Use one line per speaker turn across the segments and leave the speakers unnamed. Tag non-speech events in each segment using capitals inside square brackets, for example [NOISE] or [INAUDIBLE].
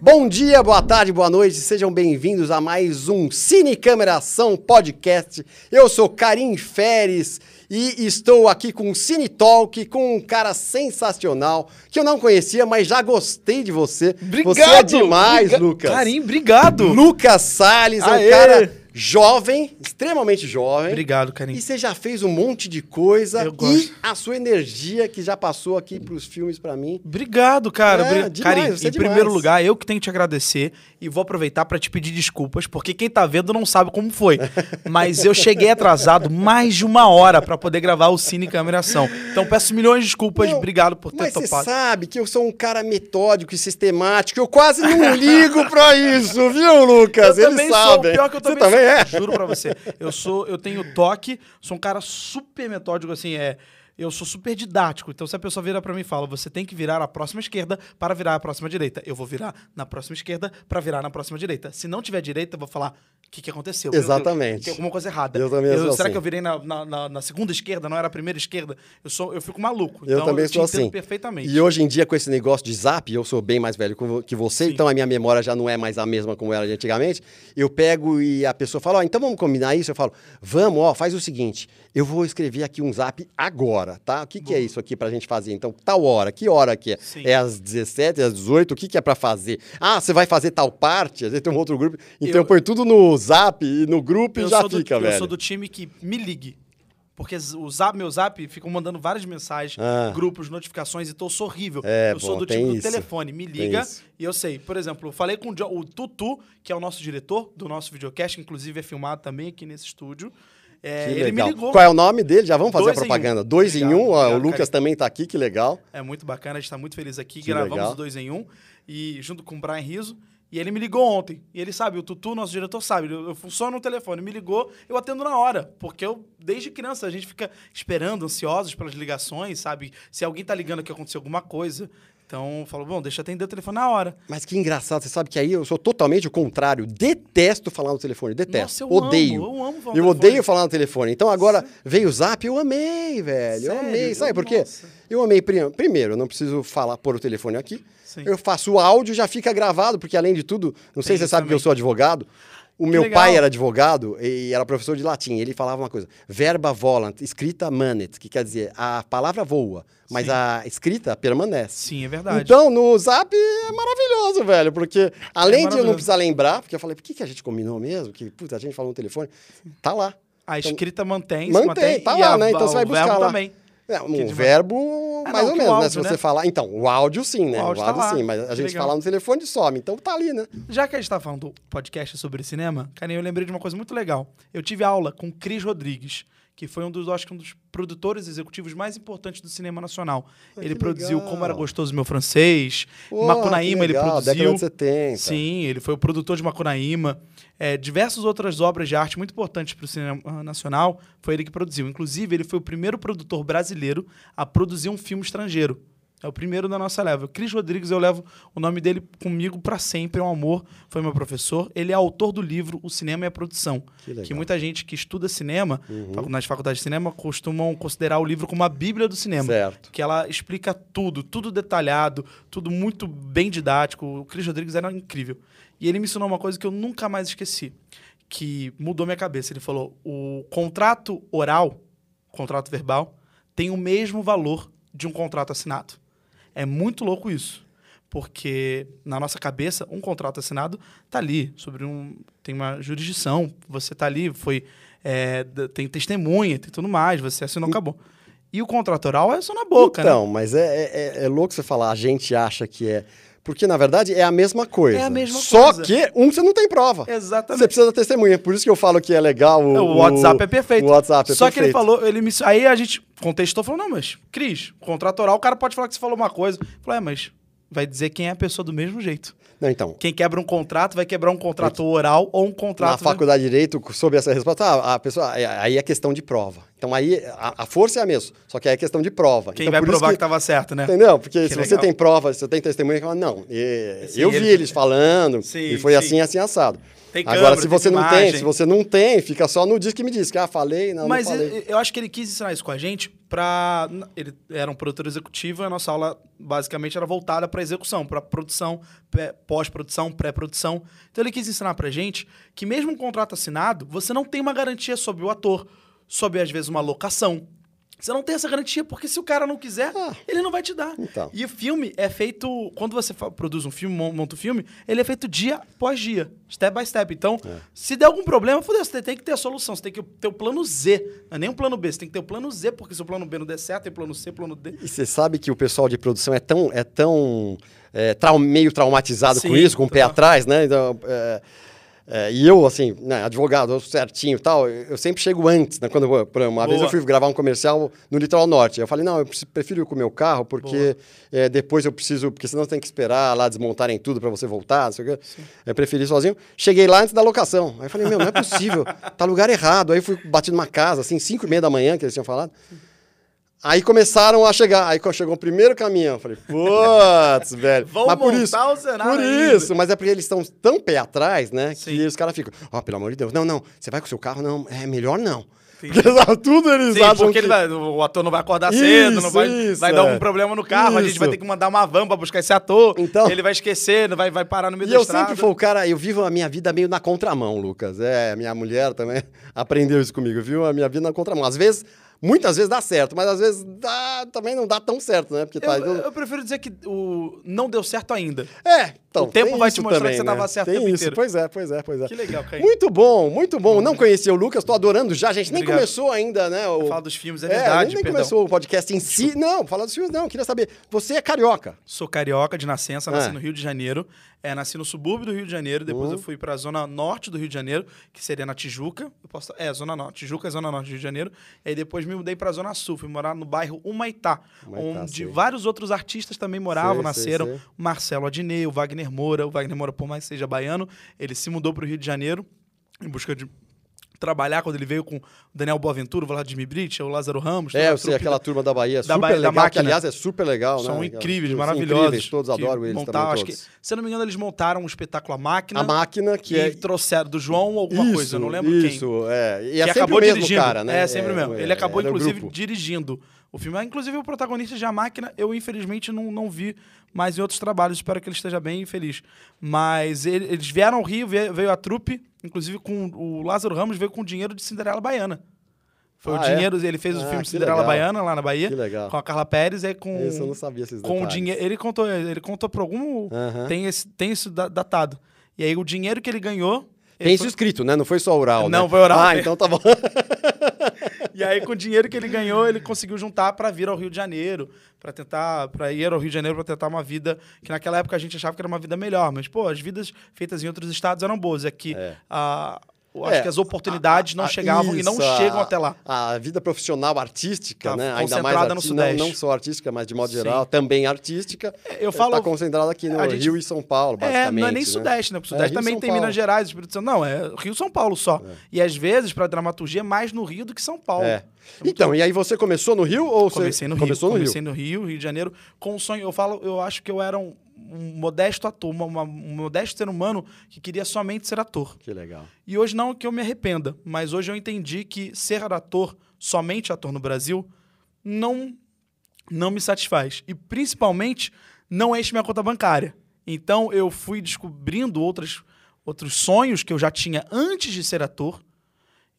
Bom dia, boa tarde, boa noite, sejam bem-vindos a mais um Cine Câmera Ação Podcast. Eu sou Karim Feres e estou aqui com o Cine Talk, com um cara sensacional que eu não conhecia, mas já gostei de você.
Obrigado!
Você é demais,
Briga-
Lucas.
Karim, obrigado!
Lucas Salles é um
Aê!
cara jovem, extremamente jovem.
Obrigado, Karim.
E você já fez um monte de coisa
Eu
e
gosto.
a sua energia que já passou aqui pros filmes pra mim.
Obrigado, cara.
É,
Obri-
demais,
Karim,
você é
em primeiro
demais.
lugar, eu que tenho que te agradecer e vou aproveitar pra te pedir desculpas, porque quem tá vendo não sabe como
[LAUGHS]
foi. Mas eu cheguei atrasado mais de uma hora pra poder gravar o Cine Câmera Ação. Então peço milhões de desculpas,
Não,
obrigado por ter
Mas você
topado.
sabe que eu sou um cara metódico e sistemático, eu quase não ligo pra isso, viu, Lucas?
Eu
Eles
também sou,
sabem.
pior que eu
você
também,
também
sou,
é?
juro pra você. Eu sou, eu tenho toque, sou um cara super metódico, assim, é... Eu sou super didático, então se a pessoa vira pra mim e fala, você tem que virar a próxima esquerda para virar a próxima direita. Eu vou virar na próxima esquerda para virar na próxima direita. Se não tiver direita, eu vou falar, o que, que aconteceu? Meu Deus,
Exatamente.
Tem alguma coisa errada.
Eu também sou
será
assim.
que eu virei na, na- na- na segunda esquerda, não era a primeira esquerda? Eu, sou, eu fico maluco.
Eu
então,
também
eu te
sou
entendo
assim.
perfeitamente.
E hoje em dia, com esse negócio de zap, eu sou bem mais velho que vo- que você, então a minha memória já não é mais a mesma como era de antigamente. Eu pego e a pessoa fala, ó, então vamos combinar isso? Eu falo, vamos, ó, faz o seguinte, eu vou escrever aqui um zap agora, tá? O que, que é isso aqui pra gente fazer? Então, tal hora, que hora que é?
Sim.
É às 17, é às 18, o que, que é pra fazer? Ah, você vai fazer tal parte? Às vezes tem um outro grupo. Então
Eu-
eu põe tudo no zap e no grupo e
eu
já
sou do-
fica,
eu
velho.
sou do time que me ligue. Porque z- o zap, meu zap ficam mandando várias mensagens,
Ah.
grupos, notificações, então eu sou horrível.
É,
eu sou
bom,
do
tem
time do
isso.
telefone, me
Tem
liga
isso.
e eu sei. Por exemplo, eu falei com o, Jo- o Tutu, que é o nosso diretor do nosso videocast, que inclusive é filmado também aqui nesse estúdio. É,
Que
ele
legal.
me ligou.
Qual é o nome dele? Já vamos fazer
Dois
a
em um.
propaganda. Dois em um. ó,
Obrigado,
o
obrigado,
Lucas
cara.
também tá aqui, que legal.
É muito bacana, a gente tá muito feliz aqui.
Que
Gravamos
legal.
os dois em um, e junto com o Brian Riso. E ele me ligou ontem. E ele sabe, o Tutu, nosso diretor, sabe. Eu, eu funciono no telefone, me ligou, eu atendo na hora. Porque eu, desde criança, a gente fica esperando, ansiosos pelas ligações, sabe? Se alguém tá ligando que aconteceu alguma coisa. Então, falou, bom, deixa eu atender o telefone na hora.
Mas que engraçado, você sabe que aí eu sou totalmente o contrário. Detesto falar no telefone, detesto.
Nossa, eu
odeio.
amo, eu amo falar
eu
no telefone.
odeio falar no telefone. Então agora veio o zap, eu amei, velho. eu
Sério?
amei. Sabe
Eu-
por quê?
nossa.
Eu amei. pri- Primeiro, eu não preciso falar por o telefone aqui.
Sim.
Eu faço o áudio já fica gravado, porque além de tudo, não sei se
Tem
você
isso
sabe que eu
também.
sou advogado. O meu
legal.
pai era advogado e era professor de latim. Ele falava uma coisa: verba volant, escrita manet, que quer dizer a palavra voa, mas
Sim.
a escrita permanece.
Sim, é verdade. É
Então, no Zap é maravilhoso, velho, porque além de eu não
maravilhoso.
precisar lembrar, porque eu falei, por que, que a gente combinou mesmo? Que, puta, a gente falou no telefone. Tá lá.
a escrita mantém, se
mantém, tá
e
lá,
a-
né? Então você
o
vai buscar
verbo
lá.
também.
É, um
Que demais.
verbo,
Ah,
mais
não,
ou
que o
menos, né?
áudio,
Se você
né?
falar. Então, o áudio sim, né?
O
O áudio,
áudio tá lá.
sim, mas a
Que
gente
legal.
fala no telefone some, então tá ali, né?
Já que a gente tá falando do podcast sobre cinema, cara, eu lembrei de uma coisa muito legal. Eu tive aula com o Cris Rodrigues, que foi um dos, acho que um dos produtores executivos mais importantes do cinema nacional.
Ah,
ele
que
produziu
legal.
Como Era Gostoso Meu Francês,
Pô,
Macunaíma
que
ele
legal, Década
produziu.
de 70.
Sim, ele foi o produtor de Macunaíma. É, diversas outras obras de arte muito importantes para o cinema ah, nacional foi ele que produziu. Inclusive, ele foi o primeiro produtor brasileiro a produzir um filme estrangeiro. É o primeiro da nossa leva. O Cris Rodrigues, eu levo o nome dele comigo para sempre. É um amor, foi meu professor. Ele é autor do livro O Cinema e a Produção.
Que legal.
muita gente que estuda cinema, facu- nas faculdades de cinema, costumam considerar o livro como a bíblia do cinema
Certo.
que ela explica tudo, tudo detalhado, tudo muito bem didático. O Cris Rodrigues era incrível. E ele me ensinou uma coisa que eu nunca mais esqueci, que mudou minha cabeça. Ele falou: o contrato oral, contrato verbal, tem o mesmo valor de um contrato assinado. É muito louco isso. Porque na nossa cabeça, um contrato assinado tá ali, sobre um. tem uma jurisdição, você tá ali, foi. é, d- tem testemunha, tem tudo mais, você assinou, acabou. E o contrato oral é só na boca, né?
Então, mas é, é- é- é louco você falar, a gente acha que é. Porque, na verdade, é a mesma coisa.
É a mesma
Só
coisa.
que um você não tem prova. Você
Exatamente.
precisa da testemunha. Por isso que eu falo que é legal o.
O WhatsApp é perfeito.
O WhatsApp é
Só que ele
perfeito.
falou, ele me. Aí a gente contestou, falou: não, mas, Cris, contrato oral, o cara pode falar que você falou uma coisa. Falou, é, mas vai dizer quem é a pessoa do mesmo jeito.
Não, então,
Quem quebra um contrato vai quebrar um contrato oral ou um
na
contrato.
faculdade de Direito, sob essa resposta, ah, a pessoa, aí é questão de prova. Então aí a, a força é a mesma, só que aí é questão de prova.
Quem
Então,
vai
por isso
provar que... estava certo, né?
Entendeu? Porque
Que
se você
legal.
tem prova, se você tem testemunha, fala, não, e-
Sim,
eu vi
ele-
eles falando,
Sim,
e foi
sim.
assim, assim, assado.
Tem
Agora,
câmera,
se você
tem
não tem,
imagem.
se você não tem, fica só no diz que me diz, que ah, falei, não,
Mas
não
eu-
falei.
eu acho que ele quis ensinar isso com a gente pra para ele era um produtor executivo e a nossa aula basicamente era voltada para execução, para produção, pé- pós-produção, pré-produção. Então ele quis ensinar pra gente que mesmo um contrato assinado, você não tem uma garantia sobre o ator, sobre às vezes uma locação. Você não tem essa garantia porque se o cara não quiser,
Ah.
ele não vai te dar.
Então.
E o filme é feito. Quando você fa- produz um filme, mon- monta um filme, ele é feito dia após dia, step by step. Então,
É.
se der algum problema, fudeu, você tem que ter a solução, você tem que ter o plano Z. Não é nem um plano B, você tem que ter o plano Z, porque se o plano B não der certo, tem plano C, plano D.
E você sabe que o pessoal de produção é tão, é tão é, trau- meio traumatizado com
Sim,
isso, com o pé
total.
atrás, né? Então, é, é, e eu, assim, né, advogado, eu certinho e tal, eu eu sempre chego antes, né? Quando eu vou- por exemplo, uma vez
Boa.
eu fui gravar um comercial no Litoral Norte. Eu falei, não, eu preci- prefiro ir com o meu carro, porque é, depois eu preciso, porque senão você tem que esperar lá desmontarem tudo para você voltar, não sei o quê. Eu preferi ir sozinho. Cheguei lá antes da locação. Aí eu falei, meu, não é possível, tá lugar errado. Aí eu fui bati numa casa, assim, 5 e meia da manhã, que eles tinham falado. Aí começaram a chegar. Aí quando chegou o primeiro caminhão, eu falei, putz,
[LAUGHS]
velho.
Vão
mas por
montar
isso,
o cenário
Por
ainda.
isso, mas é porque eles estão tão pé atrás, né?
Sim.
Que os caras ficam, ó, pelo amor de Deus, não, não, você vai com o seu carro, não, é melhor não.
Entendi.
Porque sabe, tudo eles
Sim,
acham
porque
que...
ele vai- o ator não vai acordar cedo, não
Isso,
vai,
isso,
vai dar algum
é.
problema no carro, a gente
Isso.
vai ter que mandar uma van pra buscar esse ator,
Então-
ele vai esquecer, não vai, vai parar no meio
E
da
eu
estrada.
sempre fui o cara, eu vivo a minha vida meio na contramão, Lucas. É, minha mulher também [LAUGHS] aprendeu isso comigo, viu? A minha vida na contramão. Às vezes, muitas vezes dá certo, mas às vezes dá, também não dá tão certo, né? Porque tá...
Eu, eu prefiro dizer que o não deu certo ainda.
É, então,
O tempo
tem
vai te
isso
mostrar que
também,
você
né?
tava certo o
tem
tempo
isso.
inteiro.
Pois é, pois é, pois é.
Que legal, Caio.
Muito bom, muito bom. Não conhecia o Lucas, tô adorando já, gente. Nem
Obrigado.
começou ainda, né? O...
Falar dos filmes é
a
verdade,
gente nem
perdão.
começou o podcast em si. Não, falar dos filmes não. Queria saber, você é carioca.
Sou carioca de nascença, nasci
Ah.
no Rio de Janeiro. É, nasci no subúrbio do Rio de Janeiro, depois
Uhum.
eu fui pra zona norte do Rio de Janeiro, que seria na Tijuca. Eu posso- é, zona norte. Tijuca é zona norte do Rio de Janeiro. E aí depois me mudei pra zona sul, fui morar no bairro Humaitá,
Humaitá,
onde
sei.
vários outros artistas também moravam,
Sei,
nasceram.
sei, sei.
Marcelo Adnei, o Wagner Moura. O Wagner Moura, por mais que seja baiano, ele se mudou pro Rio de Janeiro em busca de trabalhar quando ele veio com o Daniel Boaventura, o Vladimir Brit, o Lázaro Ramos.
É,
toda a
eu sei,
trupe
aquela turma da Bahia, super
Bahia, da
legal, que
máquina.
aliás é super legal, né?
São
Aquela-
incríveis,
são
maravilhosos.
incríveis, todos
que
adoram eles
montaram,
também,
acho
todos.
que- se eu não me engano, eles montaram um espetáculo A Máquina.
A máquina que
e
é...
trouxeram do João alguma
isso,
coisa, eu não lembro quem.
isso, é. E é
que
sempre
acabou
o mesmo
dirigindo.
cara, né?
É, sempre o mesmo.
é,
Ele acabou,
era o
inclusive,
grupo.
dirigindo o filme. Ah, Inclusive, o protagonista de A Máquina, eu infelizmente não, não vi mais em outros trabalhos. Espero que ele esteja bem e feliz. Mas ele- eles vieram ao Rio, veio veio a trupe, inclusive com o Lázaro Ramos veio com o dinheiro de Cinderela Baiana. Foi o
Ah, é?
dinheiro, ele fez o
Ah,
filme
que
Cinderela
legal.
Baiana lá na Bahia,
Que legal.
com a Carla Pérez, e aí com
Isso, eu não sabia esses
um com o
detalhes.
dinheiro. Ele contou, ele contou por algum.
Aham.
Tem, esse, tem isso da- datado. E aí o dinheiro que ele ganhou. ele
Tem isso escrito, né? Não foi só oral, né?
Não, foi oral,
Ah,
né?
então tá bom.
foi- e aí com o dinheiro que ele ganhou, ele conseguiu juntar pra vir ao Rio de Janeiro, pra tentar, para ir ao Rio de Janeiro pra tentar uma vida que naquela época a gente achava que era uma vida melhor, mas pô, as vidas feitas em outros estados eram boas, é que a eu acho
É,
que as oportunidades
[LAUGHS]
não
a-
chegavam e não
isso, ah, a-
chegam até lá.
A vida profissional artística,
Tá
né? Ainda mais
concentrada no
arti-
Sudeste.
não, não só artística, mas de modo
Sim.
geral, também artística.
eu falo-
Está concentrada aqui no
a gente-
Rio e São Paulo,
É,
tá basicamente.
não é nem
né?
Sudeste, né? Porque
É,
Sudeste
Rio e
também
São
tem
Paulo.
Minas Gerais, Espírito Santo. Não, é Rio São Paulo só. E às vezes, pra dramaturgia, é mais no Rio do que São Paulo.
É. Então, e aí você começou no Rio ou você
Comecei no
começou
Rio.
no
comecei no Rio, Rio de Janeiro, com um sonho. Eu falo, eu acho que eu era um, um modesto ator, uma- uma- um modesto ser humano que queria somente ser ator.
Que legal.
E hoje não que eu me arrependa, mas hoje eu entendi que ser ator, somente ator no Brasil, não não me satisfaz. E principalmente não enche minha conta bancária. Então eu fui descobrindo outras, outros sonhos que eu já tinha antes de ser ator.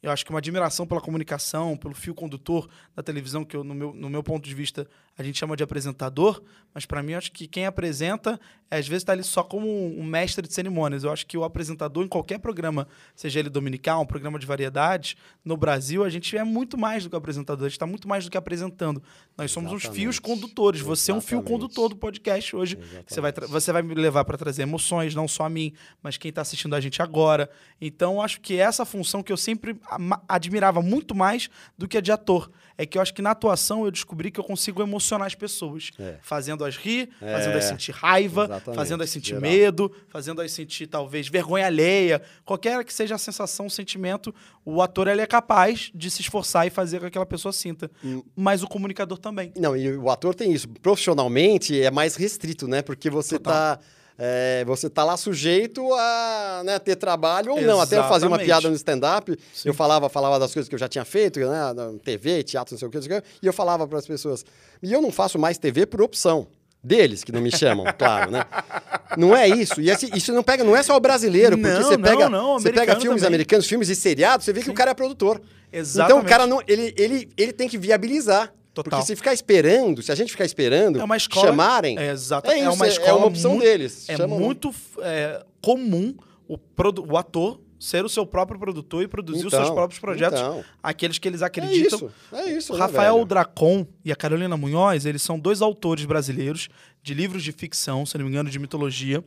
Eu acho que uma admiração pela comunicação, pelo fio condutor da televisão, que eu, no, meu, no meu ponto de vista a gente chama de apresentador, mas para mim eu acho que quem apresenta é, às vezes está ali só como um, um mestre de cerimônias. Eu acho que o apresentador em qualquer programa, seja ele dominical, um programa de variedades, no Brasil a gente é muito mais do que apresentador, a gente está muito mais do que apresentando. Nós somos os fios
Exatamente.
condutores. Você é um fio
Exatamente.
condutor do podcast hoje. Você vai, tra- você vai me levar para trazer emoções, não só a mim, mas quem está assistindo a gente agora. Então, eu acho que essa função que eu sempre ama- admirava muito mais do que a de ator. É que eu acho que na atuação eu descobri que eu consigo emocionar as pessoas,
É.
fazendo-as rir, fazendo-as
É.
sentir raiva,
Exatamente,
fazendo-as sentir
geral.
medo, fazendo-as sentir talvez vergonha alheia, qualquer que seja a sensação, o sentimento, o ator ele é capaz de se esforçar e fazer com que aquela pessoa sinta.
Hum.
Mas o comunicador também.
Não, e o ator tem isso. Profissionalmente é mais restrito, né? Porque você
Total.
tá é, você tá lá sujeito a né, ter trabalho ou não. Até eu fazia uma
Exatamente.
piada no stand-up,
Sim.
eu falava, falava das coisas que eu já tinha feito, né, na TV, teatro, não sei o que, não sei o que, e eu falava para as pessoas. E eu não faço mais TV por opção. Deles que não me chamam, [LAUGHS] claro, né? Não é isso. E esse- isso não pega, não é só o brasileiro, porque
Não,
você
não,
pega,
não,
você pega
americano
filmes
também.
americanos, filmes e seriados, você vê que o cara é produtor.
Exatamente.
Então o cara não, ele, ele, ele tem que viabilizar.
Total.
Porque se ficar esperando, se a gente ficar esperando,
É uma escola.
chamarem,
É, exato.
é
É,
isso,
uma
é- é
escola.
uma opção
muito-
deles.
É
Chamam-
muito f- é, comum o, produ- o ator ser o seu próprio produtor e produzir os seus
Então,
próprios projetos,
então.
aqueles que eles
é
acreditam.
isso, é isso.
O
né,
Rafael
velho?
Dracon e a Carolina Munhoz, eles são dois autores brasileiros de livros de ficção, se não me engano, de mitologia,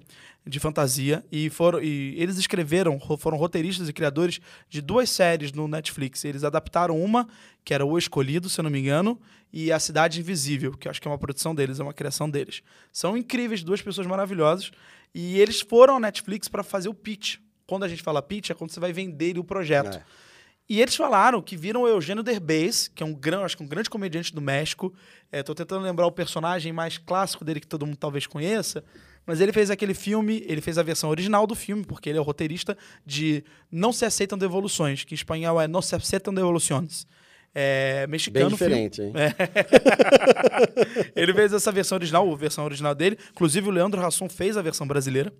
de fantasia, e foram e eles escreveram, ro- foram roteiristas e criadores de duas séries no Netflix. Eles adaptaram uma, que era O Escolhido, se não me engano, e A Cidade Invisível, que eu acho que é uma produção deles, é uma criação deles. São incríveis, duas pessoas maravilhosas, e eles foram ao Netflix para fazer o pitch. Quando a gente fala pitch, é quando você vai vender o projeto.
É.
E eles falaram que viram o Eugênio Derbez, que é um grande, acho que um grande comediante do México. Estou tentando lembrar o personagem mais clássico dele que todo mundo talvez conheça, mas ele fez aquele filme, ele fez a versão original do filme, porque ele é o roteirista de Não se aceitam devoluções, que em espanhol é Não se aceitam devoluciones. É mexicano.
Bem
o filme.
diferente, hein?
Ele fez essa versão original, a versão original dele. Inclusive o Leandro Hassum fez a versão brasileira.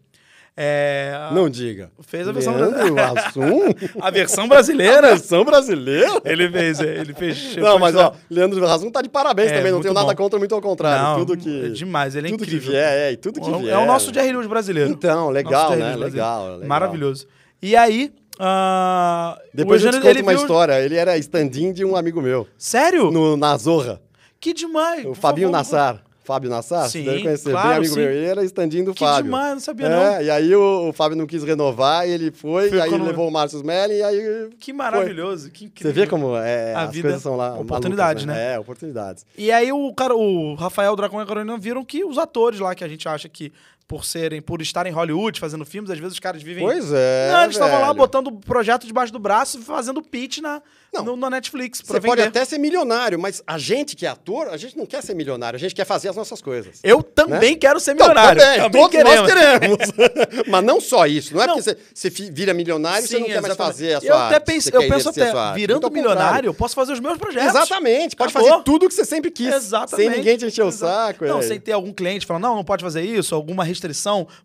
É,
Não diga.
Fez a versão
Leandro Hassum?
A versão brasileira.
São brasileiro?
Ele fez, é, ele fez.
Não, mas ó, Leandro Hassum tá de parabéns
É,
também, não
muito
tenho nada
bom.
contra, muito ao contrário.
Não,
tudo que.
é demais, ele é
tudo
incrível.
Que vier, é, e tudo que
É o-
vier.
É o nosso Jerry Lewis brasileiro.
Então, legal,
Nosso Jerry
né?
Lewis brasileiro.
Legal, legal.
Maravilhoso. E aí. ah,
Depois
o
eu te
Eugênio,
conto uma
viu-
história. Ele era stand-in de um amigo meu,
Sério?
no, na Zorra.
Que demais.
O
Por
Fabinho
favor,
Nassar. Fábio Nassar,
Sim,
você deve conhecer, bem
claro,
amigo
sim.
meu. Ele era stand-in do
Que
Fábio.
demais, não sabia
é,
não.
E aí o, o Fábio não quis renovar, ele foi,
Ficou
e aí
no-
levou o Márcio Smelly, e aí...
Que maravilhoso. Que
Você
incrível.
vê como é,
A
as
vida, né?
coisas são lá malucas,
oportunidades,
É, oportunidades.
E aí o, cara, o Rafael Dracon e a Carolina viram que os atores lá que a gente acha que por serem, por estarem em Hollywood fazendo filmes, às vezes os caras vivem.
Pois é,
não, eles estavam lá
velho.
botando o projeto debaixo do braço e fazendo pitch na,
Não.
no, na Netflix. pra
Você pode
vender.
até ser milionário, mas a gente que é ator, a gente não quer ser milionário, a gente quer fazer as nossas coisas. Então,
Eu também quero ser milionário.
né? Também,
também
todos
queremos.
nós queremos. [LAUGHS] mas não só isso. Não, é
Não.
porque você, você fi- vira milionário e você não quer mais
exatamente.
fazer a sua
Eu até
arte,
penso,
você
eu
quer
penso
exercer
até,
sua arte.
virando
Muito ao contrário.
milionário, eu posso fazer os meus projetos.
Exatamente, pode
Acabou.
fazer tudo o que você sempre quis.
Exatamente.
Sem ninguém te encher o
Exa-
saco.
Não,
é.
sem ter algum cliente falando, não, não pode fazer isso, alguma restrição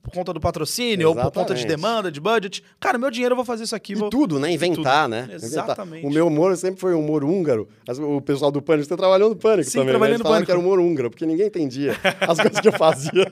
por conta do patrocínio ou por conta de
Exatamente.
demanda, de budget. Cara, meu dinheiro eu vou fazer isso aqui.
E
vou-
tudo, né? Inventar, né? Inventar.
Exatamente.
O meu humor sempre foi um humor húngaro. As- O pessoal do Pânico, você trabalhou no Pânico
Sim,
também,
trabalhei
né? Eles
no
falavam que era
Pânico.
humor húngaro, porque ninguém
[LAUGHS]
entendia as coisas que eu fazia.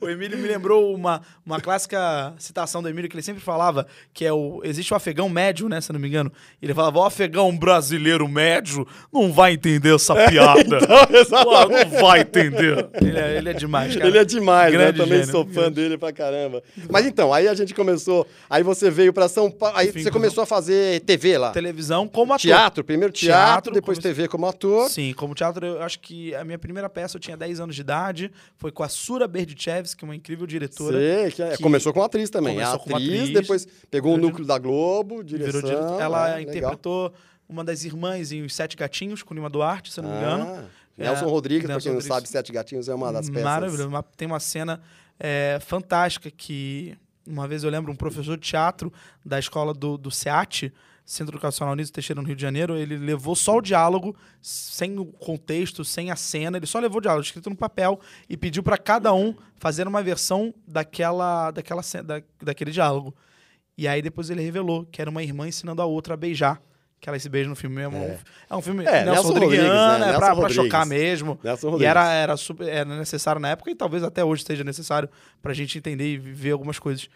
O Emílio me lembrou uma, uma clássica citação do Emílio que ele sempre falava, que é o. Existe o afegão médio, né? Se eu não me engano. Ele falava, o afegão brasileiro médio não vai entender essa piada.
Então, exatamente.
Pô, não vai entender. Ele é, ele é demais, cara.
Ele é demais, né? Eu
Grande
também
gênio.
sou fã dele pra caramba. Mas então, aí a gente começou. Aí você veio pra São Paulo. Aí
Enfim,
você começou a fazer TV lá.
Televisão como ator.
Tá. Teatro, primeiro teatro,
Teatro,
depois
comecei-
TV como ator.
Sim, como teatro, eu acho que a minha primeira peça eu tinha 10 anos de idade. Foi com a Sura Berdichevsky, uma incrível diretora.
Sei, que é-
que-
começou com atriz também.
Começou
atriz,
com atriz,
depois pegou o
virou
núcleo da Globo, direção.
Virou diretora. Ela
é, legal.
interpretou uma das irmãs em Os Sete Gatinhos, com Lima Duarte, se eu não me engano.
Ah, Nelson
É,
Rodrigues, pra
Nelson
quem não
Rodrigues.
sabe, Sete Gatinhos é uma das peças.
Maravilhoso. Uma- Tem uma cena é, fantástica que uma vez eu lembro um professor de teatro da escola do, do SEAT, Centro Educacional Unido Teixeira no Rio de Janeiro, ele levou só o diálogo, sem o contexto, sem a cena, ele só levou o diálogo escrito no papel e pediu para cada um fazer uma versão daquela, daquela ce- da, daquele diálogo. E aí depois ele revelou que era uma irmã ensinando a outra a beijar. Que elas se beijam no filme. É um, é. um filme
É,
Nelson,
Nelson Rodrigues,
Rodrigues,
né?
é
Nelson
pra, pra
Rodrigues.
chocar mesmo.
Nelson
E
Rodrigues.
era, era, super, era necessário na época e talvez até hoje seja necessário pra gente entender e ver algumas coisas.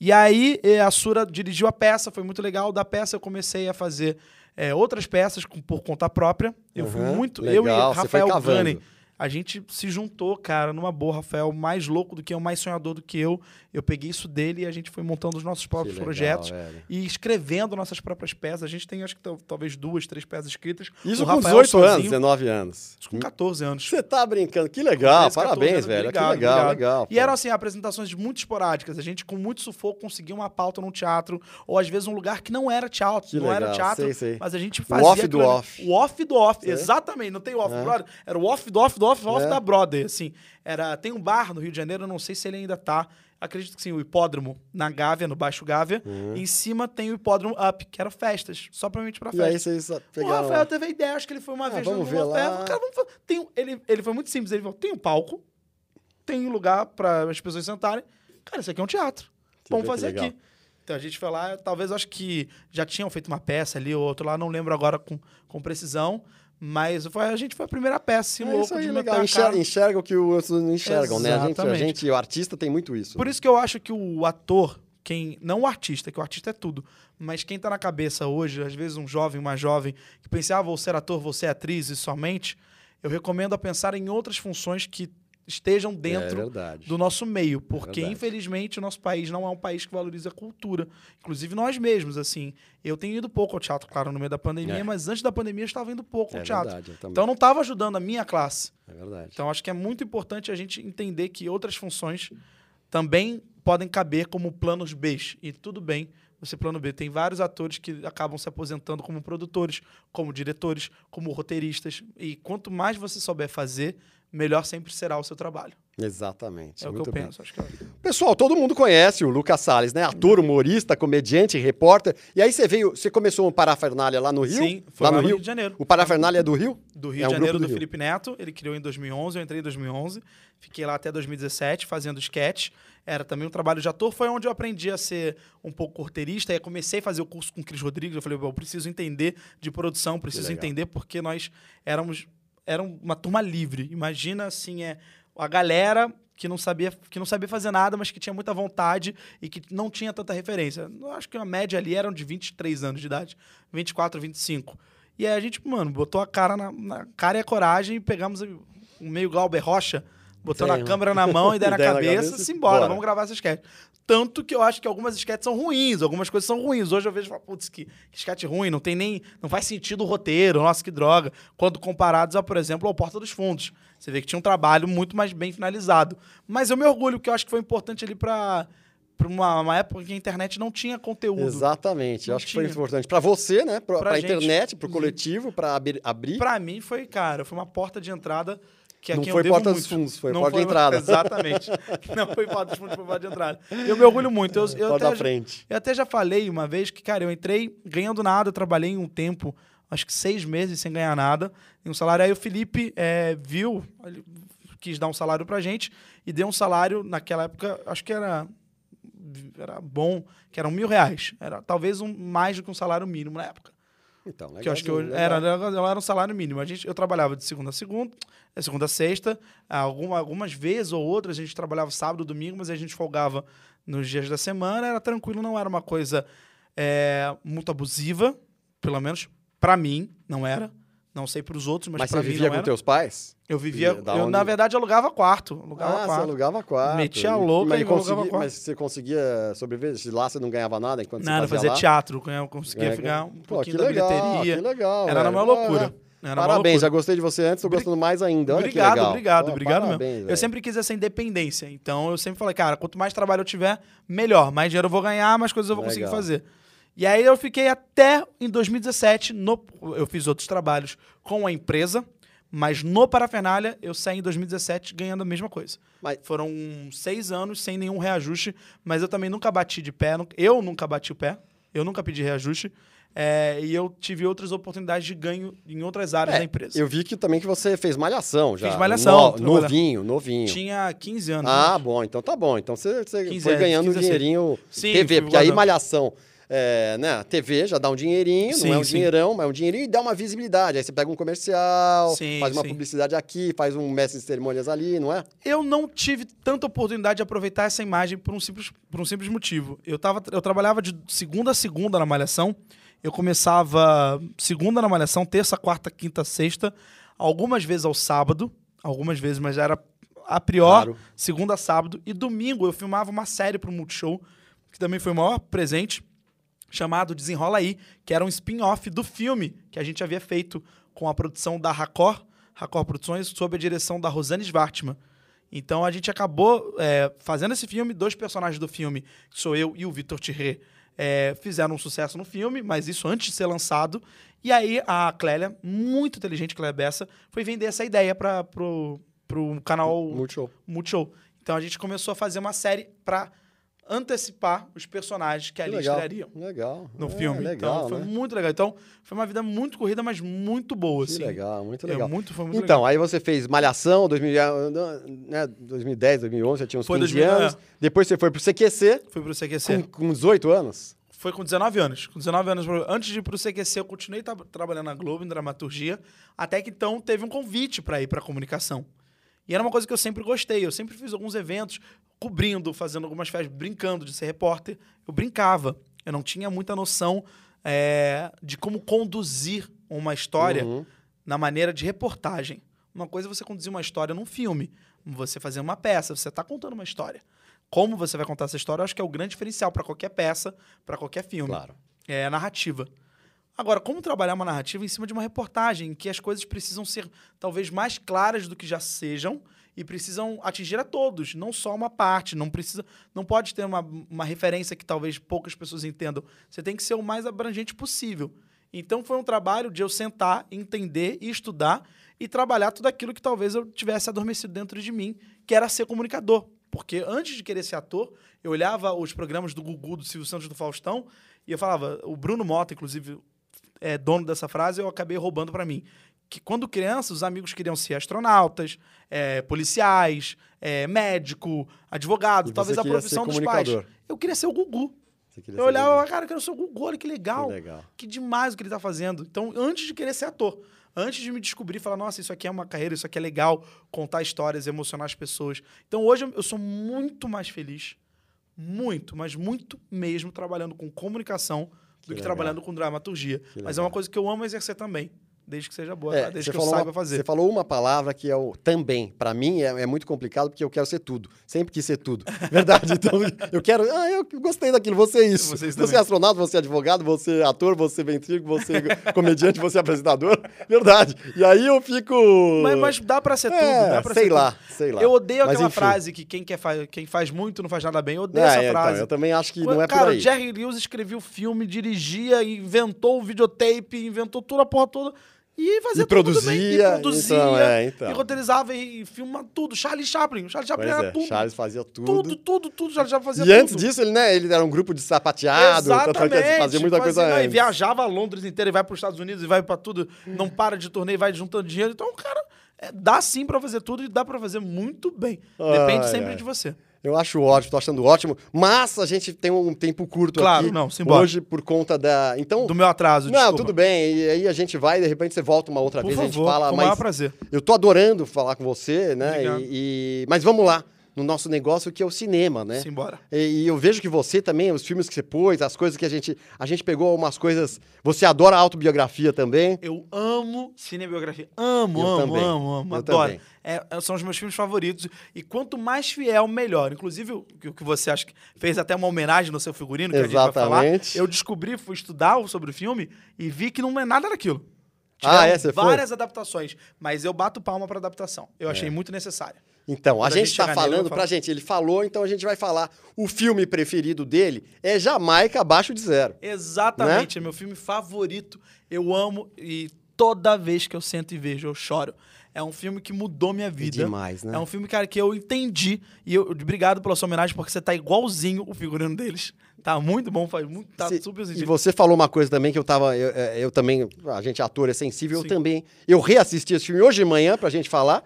E aí eh, a Sura dirigiu a peça, foi muito legal. Da peça eu comecei a fazer eh, outras peças com- por conta própria. Eu fui
Uhum,
muito.
legal,
eu e
você foi
Rafael
cavando.
Gani, a gente se juntou, cara, numa boa. Rafael, mais louco do que eu, mais sonhador do que eu. Eu peguei isso dele e a gente foi montando os nossos
Que
próprios
legal, é.
projetos
velho.
e escrevendo nossas próprias peças. A gente tem, acho que tal- talvez duas, três peças escritas.
Isso
O
com
Rafael
18
sozinho,
anos, né? 19 anos.
Com 14 anos.
Você tá brincando, que legal,
13, 14
parabéns,
anos,
velho.
obrigado,
que legal,
obrigado.
legal.
E
pô.
eram, assim, apresentações muito esporádicas. A gente, com muito sufoco, conseguia uma pauta num teatro, ou às vezes um lugar que não era teatro,
Que
não era
legal,
teatro,
sei, sei.
mas a gente
O
fazia...
off do
aquilo ali.
off.
O off do off,
Sei.
exatamente. Não tem o off
É.
do off, era o off do off do Off Off
É.
da Broadway, assim. Era, tem um bar no Rio de Janeiro, eu não sei se ele ainda tá. Acredito que sim, o hipódromo na Gávea, no Baixo Gávea.
Uhum.
E em cima tem o hipódromo Up, que era festas, só provavelmente pra
E
festa.
aí vocês só
O
pegaram...
Rafael é teve a ideia, acho que ele foi uma
Ah,
vez
vamos
numa
ver
festa,
lá.
cara, vamos fa- tem um- ele, ele foi muito simples, ele falou: tem um palco, tem um lugar para as pessoas sentarem. Cara, isso aqui é um teatro.
Que
vamos
bem, que
fazer
legal.
aqui. Então a gente foi lá, talvez acho que já tinham feito uma peça ali ou outra lá, não lembro agora com, com precisão, mas foi- a gente foi a primeira peça,
É
se
isso
louco
aí,
de meter
legal.
a cara.
Enxerga, enxerga o que os outros não enxergam, né? A gente,
Exatamente.
a gente, o artista tem muito isso.
Por isso que eu acho que o ator, quem não o artista, que o artista é tudo, mas quem tá na cabeça hoje, às vezes um jovem, uma jovem, que pensa, ah, vou ser ator, vou ser atriz e somente, eu recomendo a pensar em outras funções que estejam
É
dentro
verdade. É
do nosso meio, porque
Verdade.
infelizmente o nosso país não é um país que valoriza a cultura, inclusive nós mesmos, assim. Eu tenho ido pouco ao teatro, claro, no meio da pandemia,
É.
mas antes da pandemia eu estava indo pouco
é
ao teatro.
verdade, eu também.
Então eu não estava ajudando a minha classe.
É verdade.
Então, acho que é muito importante a gente entender que outras funções também podem caber como planos B. E tudo bem você plano B. Tem vários atores que acabam se aposentando como produtores, como diretores, como roteiristas. E quanto mais você souber fazer, melhor sempre será o seu trabalho.
Exatamente.
É o que
muito
eu
bem.
penso. Acho que é-
Pessoal, todo mundo conhece o Lucas Salles, né? Ator, humorista, comediante, repórter. E aí você veio, você começou um parafernália lá no Rio?
Sim, foi lá, no Rio? de Janeiro.
O parafernália é do Rio?
do Rio
É um
de
grupo
Janeiro,
do
do,
Rio.
Felipe Neto. Ele criou em 2011, eu entrei em 2011. Fiquei lá até 2017 fazendo sketch. Era também um trabalho de ator. Foi onde eu aprendi a ser um pouco roteirista. E comecei a fazer o curso com o Cris Rodrigues. Eu falei, "Bom, eu preciso entender de produção, preciso
legal.
entender porque nós éramos era uma turma livre. Imagina, assim, é a galera que não sabia que não sabia fazer nada, mas que tinha muita vontade e que não tinha tanta referência. Eu acho que a média ali eram de 23 anos de idade, 24, 25. E aí a gente, mano, botou a cara na, na cara e a coragem e pegamos o o meio Glauber Rocha, botando
Sei,
a
né?
câmera na mão e deram a
Deram na
cabeça,
cabeça e
simbora,
bora.
vamos gravar essa sketch. Tanto que eu acho que algumas sketches são ruins, algumas coisas são ruins. Hoje eu vejo e falo, putz, que, que sketch ruim, não tem nem. Não faz sentido o roteiro, nossa, que droga. Quando comparados, a, por exemplo, ao Porta dos Fundos. Você vê que tinha um trabalho muito mais bem finalizado. Mas eu me orgulho, porque eu acho que foi importante ali pra, pra uma, uma época em que a internet não tinha conteúdo.
Exatamente. Eu
Não
acho que foi
tinha.
importante para você, né? Para
Pra
a
gente.
internet, para o coletivo, para abrir.
Pra mim foi, cara, foi uma porta de entrada que
Não
aqui
foi
eu devo
porta dos
muito.
fundos, foi
Não
porta de entrada.
[LAUGHS] Exatamente. Não foi porta dos fundos, foi porta de entrada. Eu me orgulho muito. Eu, eu
Porta
até,
à frente.
eu até já falei uma vez que, cara, eu entrei ganhando nada, eu trabalhei um tempo, acho que seis meses sem ganhar nada, em um salário. Aí o Felipe eh, viu, ele quis dar um salário pra gente e deu um salário naquela época, acho que era era bom, que eram mil reais. Era talvez um, mais do que um salário mínimo na época.
Então, legal.
Que eu acho que eu era, ela era um salário mínimo. A gente, eu trabalhava de segunda a segunda, eh, segunda a sexta. Alguma, algumas vezes ou outras a gente trabalhava sábado, domingo, mas a gente folgava nos dias da semana. Era tranquilo, não era uma coisa eh, muito abusiva, pelo menos pra mim, não era. Não sei pros outros, mas,
Mas
pra
você
mim
vivia
não
com
era.
teus pais?
Eu vivia,
Da
eu,
onde?
na verdade alugava quarto, alugava
ah, você
quarto.
alugava quarto.
Metia
E-
a louca
mas
e alugava
consegui-
quarto.
Mas você conseguia sobreviver? Se Lá você não ganhava nada enquanto
Nada, eu
você
fazia
fazia lá?
teatro, eu conseguia
É,
ficar um
Pô,
pouquinho
que
da
legal,
bilheteria.
Que legal,
Era uma
velho.
loucura.
Ah,
Era uma
Parabéns,
loucura.
já gostei de você antes, tô
Bri-
gostando mais ainda. Olha que
Obrigado,
legal.
obrigado,
Pô,
obrigado
parabéns,
mesmo. Eu
velho.
sempre quis essa independência. Então eu sempre falei, cara, quanto mais trabalho eu tiver, melhor. Mais dinheiro eu vou ganhar, mais coisas eu vou conseguir
Legal.
fazer. E aí eu fiquei até em 2017, no, eu fiz outros trabalhos com a empresa, mas no Parafernália eu saí em 2017 ganhando a mesma coisa.
Mas-
Foram seis anos sem nenhum reajuste, mas eu também nunca bati de pé, nu- eu nunca bati o pé, eu nunca pedi reajuste. é, e eu tive outras oportunidades de ganho em outras áreas
É,
da empresa.
Eu vi que também que você fez malhação já.
Fiz malhação,
No-
trabalhar.
novinho, novinho.
Tinha 15 anos. né?
Ah, bom, então tá bom. Então você, você
15
foi
anos,
ganhando um
15 a 16.
dinheirinho
Sim,
TV,
fui
porque aí
guardando.
malhação. É, né? TV já dá um dinheirinho,
Sim,
não é um
sim.
dinheirão, mas é um dinheirinho e dá uma visibilidade. Aí você pega um comercial,
Sim,
faz uma
sim.
publicidade aqui, faz um mestre de cerimônias ali, não é?
eu não tive tanta oportunidade de aproveitar essa imagem por um simples, por um simples motivo. Eu, tava, eu trabalhava de segunda a segunda na Malhação. Eu começava segunda na Malhação, terça, quarta, quinta, sexta. Algumas vezes ao sábado. Algumas vezes, mas era a prior.
Claro.
Segunda a sábado. E domingo eu filmava uma série pro Multishow, que também foi o maior presente, chamado Desenrola Aí, que era um spin-off do filme que a gente havia feito com a produção da Racor, Racor Produções, sob a direção da Rosane Svartman. Então a gente acabou é, fazendo esse filme, dois personagens do filme, que sou eu e o Vitor Tirré, é, fizeram um sucesso no filme, mas isso antes de ser lançado. E aí a Clélia, muito inteligente, Clélia Bessa, foi vender essa ideia para pro, pro canal
Multishow.
Multishow. Então a gente começou a fazer uma série para antecipar os personagens que ali
legal.
estreariam
Legal.
no
É,
filme.
Legal,
então foi
né?
muito legal. Então foi uma vida muito corrida, mas muito boa,
Que
assim.
legal, muito
É,
legal.
muito, foi muito
Então, aí você fez Malhação, 2000, né, 2010, 2011, já tinha uns
Foi
15
2000,
anos. Depois você foi pro CQC
legal. Fui pro CQC.
com, com 18 anos.
Foi com 19 anos. Com 19 anos, antes de ir pro CQC, eu continuei tra- trabalhando na Globo, em dramaturgia, até que então teve um convite para ir para comunicação. E era uma coisa que eu sempre gostei. Eu sempre fiz alguns eventos, cobrindo, fazendo algumas festas, brincando de ser repórter. Eu brincava. Eu não tinha muita noção é, de como conduzir uma história
Uhum.
na maneira de reportagem. Uma coisa é você conduzir uma história num filme, você fazer uma peça, você está contando uma história. Como você vai contar essa história, eu acho que é o grande diferencial para qualquer peça, para qualquer filme.
Claro.
É a narrativa. Agora, como trabalhar uma narrativa em cima de uma reportagem, em que as coisas precisam ser talvez mais claras do que já sejam e precisam atingir a todos, não só uma parte, não precisa, não pode ter uma, uma referência que talvez poucas pessoas entendam. Você tem que ser o mais abrangente possível. Então foi um trabalho de eu sentar, entender e estudar e trabalhar tudo aquilo que talvez eu tivesse adormecido dentro de mim, que era ser comunicador. Porque antes de querer ser ator, eu olhava os programas do Gugu, do Silvio Santos, do Faustão, e eu falava, o Bruno Mota, inclusive, é dono dessa frase, eu acabei roubando pra mim. Que quando criança, os amigos queriam ser astronautas, é, policiais, é, médico, advogado,
E você
talvez a
queria ser
profissão dos pais.
comunicador.
Eu quelia ser o Gugu.
Você queria
Eu
ser
olhava,
legal.
cara, eu quero ser o Gugu, olha que legal.
Que legal.
Que demais o que ele tá fazendo. Então, antes de querer ser ator, antes de me descobrir, falar, nossa, isso aqui é uma carreira, isso aqui é legal, contar histórias, emocionar as pessoas. Então, hoje eu- eu sou muito mais feliz, muito, mas muito mesmo trabalhando com comunicação do que,
legal.
trabalhando com dramaturgia. mas é uma coisa que eu amo exercer também, desde que seja boa,
É,
tá?
você
desde que eu
falou
saiba
uma-
fazer.
Você falou uma palavra que é o também. Pra mim é, é muito complicado porque eu quero ser tudo. Sempre quis ser
[LAUGHS]
tudo. Verdade. Então eu quero. Ah, eu gostei daquilo. Você é isso.
Você é isso
você é
também.
astronauta, você é advogado, você é ator, você é ventrículo, você é comediante, você é apresentador. [LAUGHS] Verdade. E aí eu fico.
Mas, mas dá pra
É,
ser tudo, dá pra
sei
ser
lá,
tudo.
sei lá.
Eu odeio
Mas,
aquela
enfim.
frase que quem, quer fa- quem faz muito não faz nada bem. Eu
É,
odeio essa
então,
frase.
eu também acho que
Ué,
não é por
Cara,
aí.
o Jerry Lewis escrevia o filme, dirigia, inventou o videotape, inventou toda a porra toda. E fazia
E
tudo muito
produzia,
bem, E produzia.
então, é, então.
E roteirizava e, e filma tudo. Charlie Chaplin. O Charlie Chaplin
Pois
era
é,
tudo,
Charles fazia tudo.
tudo. Tudo, tudo, Charlie Chaplin fazia
E
tudo.
antes disso, ele, né, ele era um grupo de sapateado, tá, tá, tá,
Exatamente.
fazia muita coisa
não, E
antes.
viajava a Londres inteira, e vai para os Estados Unidos, e vai para tudo. Não para de turnê, e vai juntando dinheiro. Então, cara, é, dá sim para fazer tudo e dá para fazer muito bem. Depende
Ai,
sempre
ai.
de você.
Eu acho ótimo, tô achando ótimo, mas a gente tem um tempo curto
Claro,
aqui.
não, simbora.
Hoje, por conta da... Então,
Do meu atraso,
não,
desculpa.
tudo bem, e aí a gente vai, de repente você volta uma outra
Por
vez, a gente
favor,
fala,
com o
mas...
maior prazer.
Eu tô adorando falar com você, né,
Obrigado.
e, e- Mas vamos lá, no nosso negócio que é o cinema, né?
Simbora.
E, e eu vejo que você também, os filmes que você pôs, as coisas que a gente... A gente pegou umas coisas... Você adora autobiografia também.
Eu amo cinebiografia. Amo,
Eu
amo,
também.
amo, amo.
Eu
adoro.
também.
É, é, são os meus filmes favoritos. E quanto mais fiel, melhor. Inclusive, o que- o que você acha que fez até uma homenagem no seu figurino, que a gente vai
Exatamente.
falar. Eu descobri, fui estudar sobre o filme e vi que não é nada daquilo.
Ah,
Tiveram
é? Você foi?
várias adaptações, mas eu bato palma pra adaptação. Eu
É.
achei muito necessária.
Então, a
Quando a
gente
gente
está
chegar nele, eu
falando
vou
pra
falar.
gente, ele falou, então a gente vai falar. O filme preferido dele é Jamaica abaixo de zero. Né?
Exatamente, é meu filme favorito. Eu amo e toda vez que eu sento e vejo, eu choro. É um filme que mudou minha vida.
demais, né?
É um filme, cara, que eu entendi. E eu, obrigado pela sua homenagem, porque você tá igualzinho o figurino deles. Tá muito bom, faz muito. Tá
Cê-
super
e
sentido.
você falou uma coisa também que eu tava. Eu, é, eu também. A gente, ator, é sensível,
Sim.
eu também. Eu reassisti esse filme hoje de manhã pra gente falar.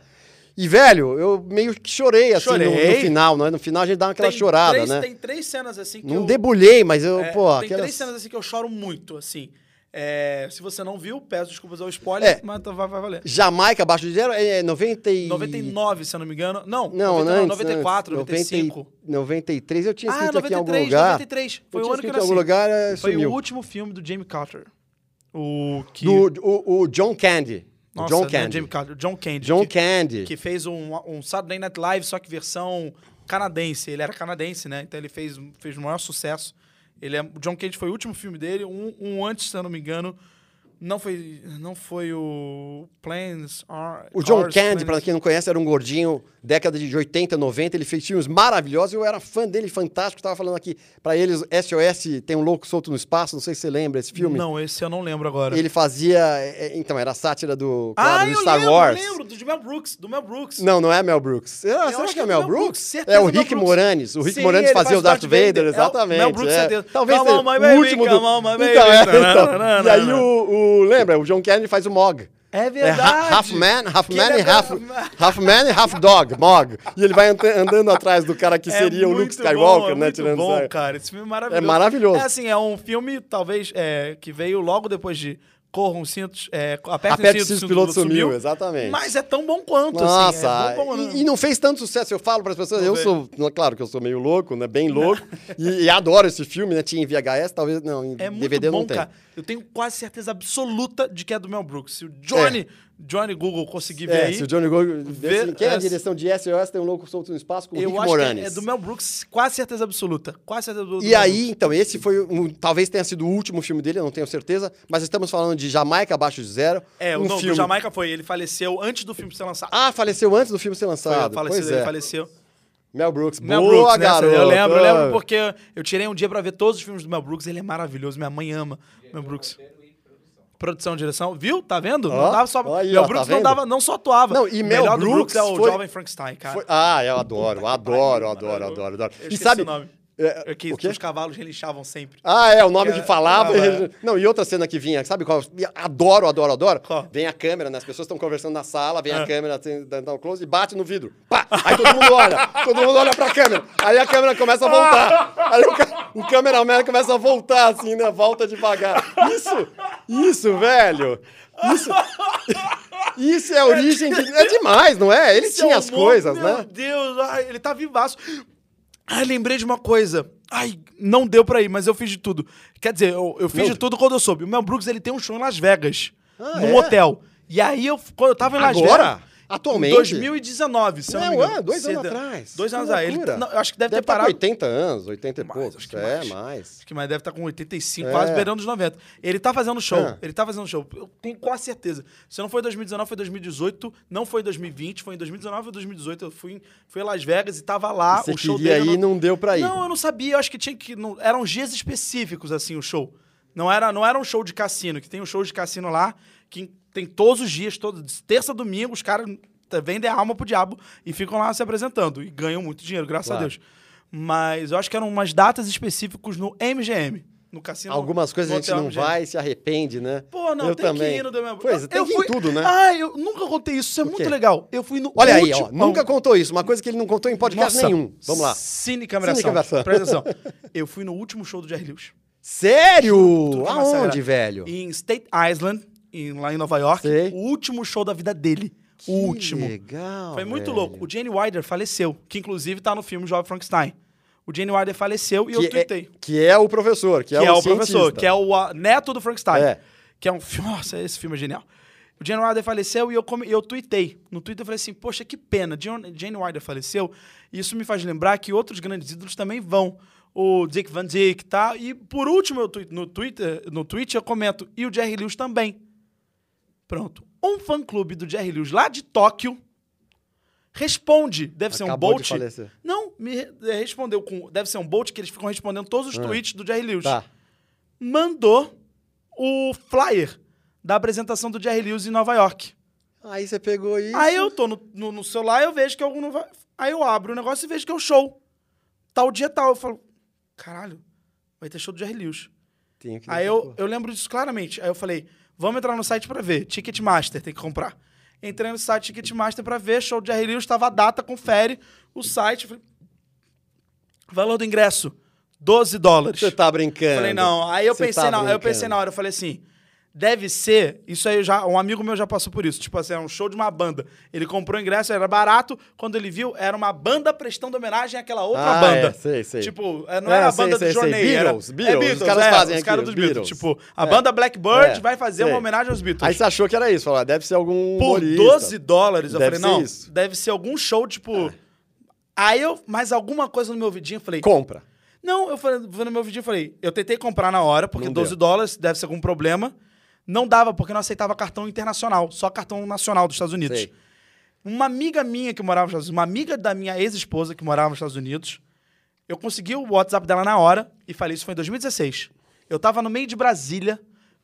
E, velho, eu meio que chorei assim no- No,
Chorei.
final, não é? No final a gente dá aquela
Tem
chorada,
três-
né?
Tem três cenas assim que
Não
eu.
debulhei, mas eu,
é,
pô,
tem
aquelas.
três cenas assim que eu choro muito, assim. É, se você não viu, peço desculpas ao spoiler,
É.
mas tá- vai, vai valer.
Jamaica abaixo de zero é 90 e...
99, se eu não me engano. Não,
Não,
99,
não,
94, 95.
93, eu tinha
Ah,
escrito aqui em algum
93,
lugar.
93. Foi
eu
o
tinha
ano que eu
escrito em algum
nasci.
lugar, é,
Foi
sumiu.
o último filme do Jamie Carter. O que...
Do, o, o John Candy. O
Nossa,
John
né,
Candy.
Jamie Carter. John Candy.
John
que,
Candy.
que fez um, um Saturday Night Live, só que versão canadense. Ele era canadense, né? Então ele fez, fez o maior sucesso. Ele é, o John Candy foi o último filme dele. Um, um antes, se eu não me engano, Não foi, não foi o Planes are-
O John
Cars, né?
Candy, para
Planes-
quem não conhece, era um gordinho, década de 80, 90, ele fez filmes maravilhosos, eu era fã dele, fantástico, tava falando aqui, para eles, SOS, tem um louco solto no espaço, não sei se você lembra esse filme.
Não, esse eu não lembro agora.
Ele fazia, é, é, então, era a sátira do,
ah,
claro, do
eu
Star
lembro,
Wars.
lembro, do de Mel Brooks, do Mel Brooks.
Não, não é Mel Brooks. Ah,
Eu
será
acho
que é Mel Brooks?
certeza
É o
Mel
Rick
Brooks.
Moranis. O Rick
Sim,
Moranis
ele
fazia
faz
o Darth
Darth
Vader,
Vader. É o
exatamente.
Mel Brooks,
é.
certeza.
Talvez
Come
seja
on, my baby,
o último do...
come on, my baby.
Então, é,
Não,
então.
não, não,
E aí
não,
o, o- Lembra, o John Candy faz o Mog.
É
É
verdade.
ha- half man, half
Que
man,
ele
e
é
half,
da-
half man e half dog, Mog. E ele vai ante- andando atrás do cara que
É
seria o Luke
muito
Skywalker,
bom, é
né?
muito
tirando
bom,
sarro.
cara. Esse filme é maravilhoso.
É maravilhoso.
É assim, é um filme, talvez, é, que veio logo depois de Corram os cintos, é, aperta,
Aperta
os cintos,
o piloto sumiu, exatamente.
Mas é tão bom quanto, assim.
Nossa,
É bom, bom, né?
e, e não fez tanto sucesso. Eu falo para as pessoas, eu
Vamos
sou, não, claro que eu sou meio louco, né? Bem louco. e, e adoro esse filme, né? Tinha em VHS, talvez não, em
É muito
DVD
bom,
não tem.
cara. Eu tenho quase certeza absoluta de que é do Mel Brooks. Se o Johnny, Johnny Google conseguir ver
É,
aí,
se o Johnny Gold,
Vê-
quem é a
essa-
direção de SOS tem um louco solto no espaço com o
eu
Rick
acho
Moranis.
que é- é do Mel Brooks, quase certeza absoluta. Quase certeza absoluta. do
E
Mel
aí, então, esse foi, um- talvez tenha sido o último filme dele, eu não tenho certeza, mas estamos falando de Jamaica Abaixo de Zero,
É,
um
o nome do
filme...
Jamaica foi. Ele faleceu antes do filme ser lançado.
Ah, faleceu antes do filme ser
Foi,
lançado.
faleceu,
pois
ele
é.
faleceu.
Mel Brooks,
Mel
boa,
Brooks, né?
garoto.
Eu lembro, eu
Ah.
lembro porque eu tirei um dia pra ver todos os filmes do Mel Brooks. Ele é maravilhoso, minha mãe ama o Mel Brooks. Produção, direção, viu? Tá vendo?
Ó,
não dava só...
ó aí,
Mel
ó, tá
Brooks
vendo?
não, dava, não só atuava.
Não, e
O
Mel
melhor do
Brooks
Brooks é o
foi-
Jovem Frankenstein, cara.
Foi- Ah, eu adoro, adoro,
pariu,
adoro,
maravilhoso.
adoro, adoro.
Eu
E
esqueci
sabe...
o nome.
é,
É que
o quê?
os cavalos relinchavam sempre.
Ah, é, o nome que
É,
falava.
falava, é.
Não, e outra cena que vinha, sabe qual? Adoro, adoro, adoro.
Qual?
Vem a câmera, né? As pessoas estão conversando na sala, vem a
É.
câmera, assim, dá dá um close e bate no vidro. Pá! Aí todo mundo olha, todo mundo olha pra câmera. Aí a câmera começa a voltar. Aí o, ca- o cameraman começa a voltar, assim, né? Volta devagar. Isso, isso, velho. Isso. Isso é a origem de... É demais, não é? Ele
Esse
tinha
é o
as
mundo,
coisas,
meu
né?
Deus, ai, ele tá vivaço. Ai, lembrei de uma coisa. Ai, não deu pra ir, mas eu fiz de tudo. Quer dizer, eu, eu fiz
Meu-
de tudo quando eu soube. O Mel Brooks, ele tem um show em Las Vegas.
Ah,
num
é?
hotel. E aí, eu, quando eu tava em Las
Agora?
Vegas...
Atualmente?
Em 2019, se eu não,
Não,
me engano.
é, dois anos
Cedo-
atrás.
Dois
Que
anos atrás. Ele,
loucura.
não, eu acho que deve,
Deve tá
ter
estar com
parado.
80 anos, 80 e
Mais,
poucos.
acho que
é,
mais.
mais.
Acho que mas deve estar com 85,
É.
quase beirando os 90. Ele tá fazendo show.
É.
Ele tá fazendo show. Eu tenho quase certeza. Se não foi em 2019, foi em 2018. Não foi em 2020, foi em 2019 ou 2018. Eu fui, em- fui a Las Vegas e tava lá.
Você
o show
queria
dele. eu
ir e não deu pra ir.
Não, eu não sabia. Eu acho que tinha que. não- eram dias específicos, assim, o show. Não era, não era um show de cassino, que tem um show de cassino lá, que tem todos os dias, todos, terça, domingo, os caras t- vendem a alma pro diabo e ficam lá se apresentando. E ganham muito dinheiro, graças
Claro.
a Deus. Mas eu acho que eram umas datas específicas no MGM, no cassino.
Algumas coisas
no
a gente
hotel
não
MGM.
vai e se arrepende, né?
um Pô, não,
eu
tem
também.
que ir no Damian Brown.
Pois, tem
eu
que ir
fui...
em tudo, né?
Ah, eu nunca contei isso, isso é
quê?
muito legal. Eu fui no
Olha aí,
último...
ó, nunca contou isso, uma coisa que ele não contou em podcast
Nossa,
nenhum. Vamos lá.
Cine Câmera
Cine
Ação.
Câmera Ação.
Presta atenção.
[LAUGHS]
Eu fui no último show do Jerry Lewis.
Sério?
que é uma
Aonde,
sagrada.
velho?
Em State Island, em- lá em Nova York.
Sei.
O último show da vida dele.
Que
o último.
legal,
Foi muito
velho.
louco. O Jenny Wilder faleceu, que inclusive tá no filme Jovem Frankenstein. O Jenny Wilder faleceu e eu
Que é,
tuitei.
que é o professor, que,
Que, é o professor,
cientista.
que é o ah, neto do Frankenstein.
É.
Que é um filme. Nossa, esse filme é genial. O Jane Wilder faleceu e eu, come- eu tuitei. No Twitter eu falei assim: Poxa, que pena, John- Jane Wilder faleceu. E isso me faz lembrar que outros grandes ídolos também vão. O Dick Van Dyke, tá? E por último, eu tui- no Twitter, no Twitch eu comento, e o Jerry Lewis também. Pronto. Um fã-clube do Jerry Lewis lá de Tóquio responde. Deve ser um
Acabou de
Bolt.
falecer.
Não, me re- eh, respondeu com. Deve ser um Bolt que eles ficam respondendo todos os tweets do Jerry Lewis
Ah. Tá.
mandou o flyer da apresentação do Jerry Lewis em Nova York.
Aí você pegou isso.
Aí eu tô no, no, no celular, eu vejo que algum não vai. Aí eu abro o negócio e vejo que é um show. Tal dia tal. Eu falo, caralho, vai ter show do Jerry Lewis.
Tenho que-
Aí eu, eu lembro disso claramente. Aí eu falei, vamos entrar no site pra ver. Ticketmaster, tem que comprar. Entrei no site Ticketmaster pra ver, show de Harry Lewis, tava a data, confere o site. Falei, Valor do ingresso, 12 dólares.
Você tá brincando.
Falei, não. Aí eu
Você
pensei,
tá
na, aí eu
brincando.
pensei na hora, eu falei assim. Deve ser, isso aí eu já, um amigo meu já passou por isso. Tipo assim, é um show de uma banda. Ele comprou o ingresso, era barato. Quando ele viu, era uma banda prestando homenagem àquela outra
Ah,
banda.
é, sei, sei.
Tipo, é, não
É,
era a
sei,
banda
sei,
do
sei.
Jorney. era-
Beatles, Beatles,
é
os
Beatles,
caras
é,
fazem
Os caras
aqui,
dos Beatles.
Beatles.
Tipo, a
É.
banda Blackbird
É,
vai fazer
sei.
uma homenagem aos Beatles.
Aí você achou que era isso, falou, ah, deve ser algum
Por
humorista.
12 dólares, eu
Deve
falei, não,
ser isso. É.
deve ser algum show, tipo... Aí eu, mais alguma coisa no meu vidinho, eu falei,
Compra.
não, eu falei, fui no meu vídeo e falei, eu tentei comprar na hora, porque
Não
12
deu.
dólares deve ser algum problema. Não dava, porque não aceitava cartão internacional, só cartão nacional dos Estados Unidos.
Sei.
Uma amiga minha que morava nos Estados Unidos, uma amiga da minha ex-esposa que morava nos Estados Unidos, eu consegui o WhatsApp dela na hora e falei, isso foi em 2016. Eu tava no meio de Brasília,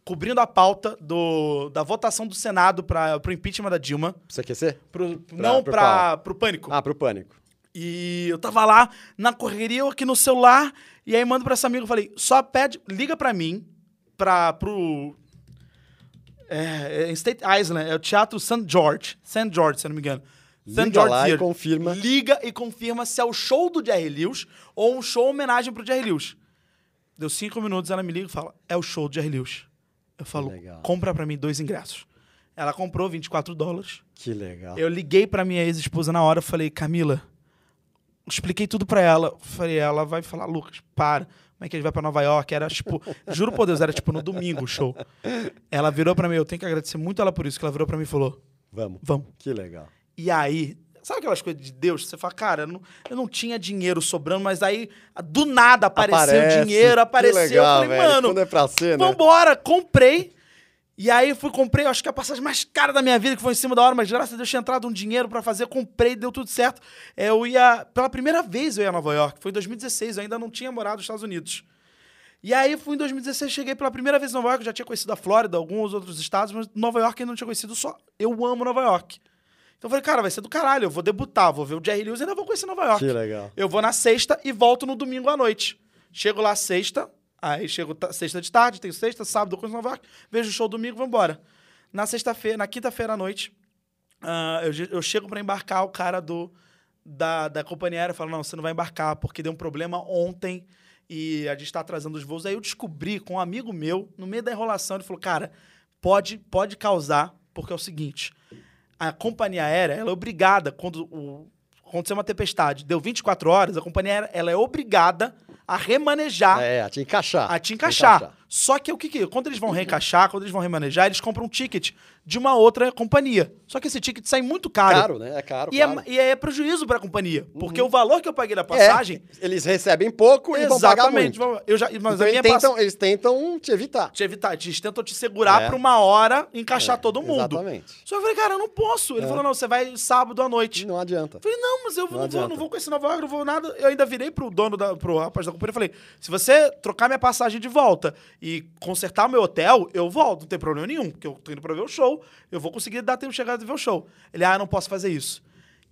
cobrindo a pauta do, da votação do Senado para o impeachment da Dilma.
Precisa aquecer?
Pro,
Pra-
não
pro
para o pânico.
Ah, pro pânico.
E eu tava lá na correria, eu aqui no celular, e aí mando pra essa amiga, eu falei, só pede, liga pra mim, pra, pro... É, é em State Island, é o Teatro St. George, St. George, se eu não me engano. St.
Liga lá e
Theatre.
confirma.
Liga e confirma se é o show do Jerry Lewis ou um show homenagem pro Jerry Lewis. Deu cinco minutos, ela me liga e fala, é o show do Jerry Lewis. Eu falo,
legal.
compra pra mim dois ingressos. Ela comprou 24 dólares.
Que legal.
Eu liguei pra minha ex-esposa na hora, falei, Camila, expliquei tudo pra ela. Falei, ela vai falar, Lucas, para. Como é que a gente vai pra Nova York? Era tipo, [LAUGHS] juro por Deus, era tipo no domingo o show. Ela virou pra mim, eu tenho que agradecer muito ela por isso, que ela virou pra mim e falou,
Vamos.
vamos.
Que legal.
E aí, sabe aquelas coisas de Deus? Você fala, cara, eu não, eu não tinha dinheiro sobrando, mas aí do nada apareceu
Aparece. Que
dinheiro, apareceu.
legal,
eu falei,
velho.
mano,
Quando é pra ser, né?
Vambora, comprei. E aí fui, comprei, eu acho que a passagem mais cara da minha vida, que foi em cima da hora, mas graças a Deus tinha entrado um dinheiro pra fazer, comprei, deu tudo certo. É, Eu ia, pela primeira vez eu ia a Nova York, foi em 2016, eu ainda não tinha morado nos Estados Unidos. E aí fui em 2016, cheguei pela primeira vez em Nova York, eu já tinha conhecido a Flórida, alguns outros estados, mas Nova York eu não tinha conhecido, só eu amo Nova York. Então eu falei, cara, vai ser do caralho, eu vou debutar, vou ver o Jerry Lewis e ainda vou conhecer Nova York.
Que legal.
Eu vou na sexta e volto no domingo à noite. Chego lá sexta, aí chego ta- sexta de tarde, tenho sexta, sábado, eu conheço Nova York, vejo o show domingo, vou embora. Na sexta-feira, na quinta-feira à noite, ah, eu, ge- eu chego pra embarcar o cara do da, da companhia aérea fala: não, você não vai embarcar, porque deu um problema ontem e a gente tá atrasando os voos. Aí eu descobri com um amigo meu, no meio da enrolação, ele falou: cara, pode, pode causar, porque é o seguinte: a companhia aérea ela é obrigada, quando o, aconteceu uma tempestade, deu 24 horas, a companhia aérea ela é obrigada a remanejar
É, a te encaixar.
Tá.
É
a te encaixar. Só que o que, que- Quando eles vão reencaixar, quando eles vão remanejar, eles compram um ticket de uma outra companhia. Só que esse ticket sai muito caro.
Caro, né? É caro,
e,
claro.
É, e é prejuízo para a companhia. Porque o valor que eu paguei da passagem.
É, Eles recebem pouco e vão pagar muito.
exatamente. Eu já, mas
Então,
a
eles,
minha
tentam,
passagem.
eles tentam te evitar.
Te evitar, eles tentam te segurar
É.
pra uma hora encaixar
É,
todo mundo.
Exatamente. É.
Só que eu falei, cara, eu não posso. Ele falou, não, você vai sábado à noite.
Não adianta.
Eu Falei, não, mas eu
Não
não, vou,
adianta.
não vou com esse Nova York, não vou nada. Eu ainda virei pro dono, da, pro rapaz da companhia e falei, se você trocar minha passagem de volta e consertar meu hotel, eu volto, não tem problema nenhum, porque eu tô indo pra ver o show, eu vou conseguir dar tempo de chegar e ver o show. Ele, ah, eu não posso fazer isso.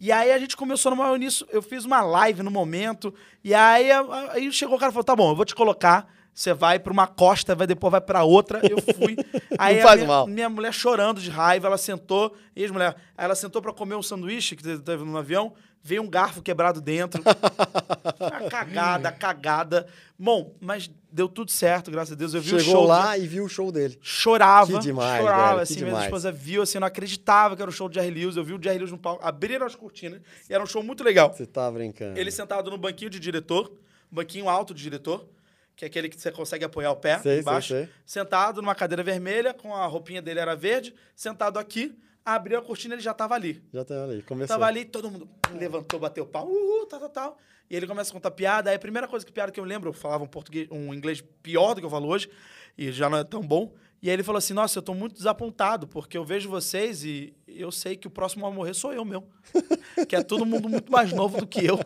E aí a gente começou no maior nisso, eu fiz uma live no momento, e aí, a- a- aí chegou o cara e falou, tá bom, eu vou te colocar, você vai pra uma costa, vai depois vai pra outra, eu
[LAUGHS]
fui. Aí a
faz
minha-
mal.
minha mulher chorando de raiva, ela sentou, ex-mulher, aí ela sentou pra comer um sanduíche que teve no avião, veio um garfo quebrado dentro.
[LAUGHS]
Uma cagada, cagada. Bom, mas deu tudo certo, graças a Deus. Eu vi o
Chegou
show
lá e viu o show dele.
chorava,
Que demais,
chorava,
velho, que
assim, minha
demais.
esposa viu, assim, não acreditava que era o show de Jerry Lewis, eu vi o Jerry Lewis no palco, abriram as cortinas, e era um show muito legal.
Você tá brincando.
Ele sentado no banquinho de diretor, banquinho alto de diretor, que é aquele que você consegue apoiar o pé
Sei, sei,
embaixo.
sei.
Sentado numa cadeira vermelha, com a roupinha dele era verde, sentado aqui, abriu a cortina ele já estava ali.
Já tá ali, começou.
Tava ali, todo mundo levantou, bateu pau, uhul, tal, tal, tal. E ele começa a contar piada. Aí a primeira coisa que piada que eu lembro, eu falava um português, um inglês pior do que eu falo hoje, e já não é tão bom. E aí ele falou assim: Nossa, eu tô muito desapontado, porque eu vejo vocês e eu sei que o próximo a morrer sou eu meu. [LAUGHS] que é todo mundo muito mais novo do que eu.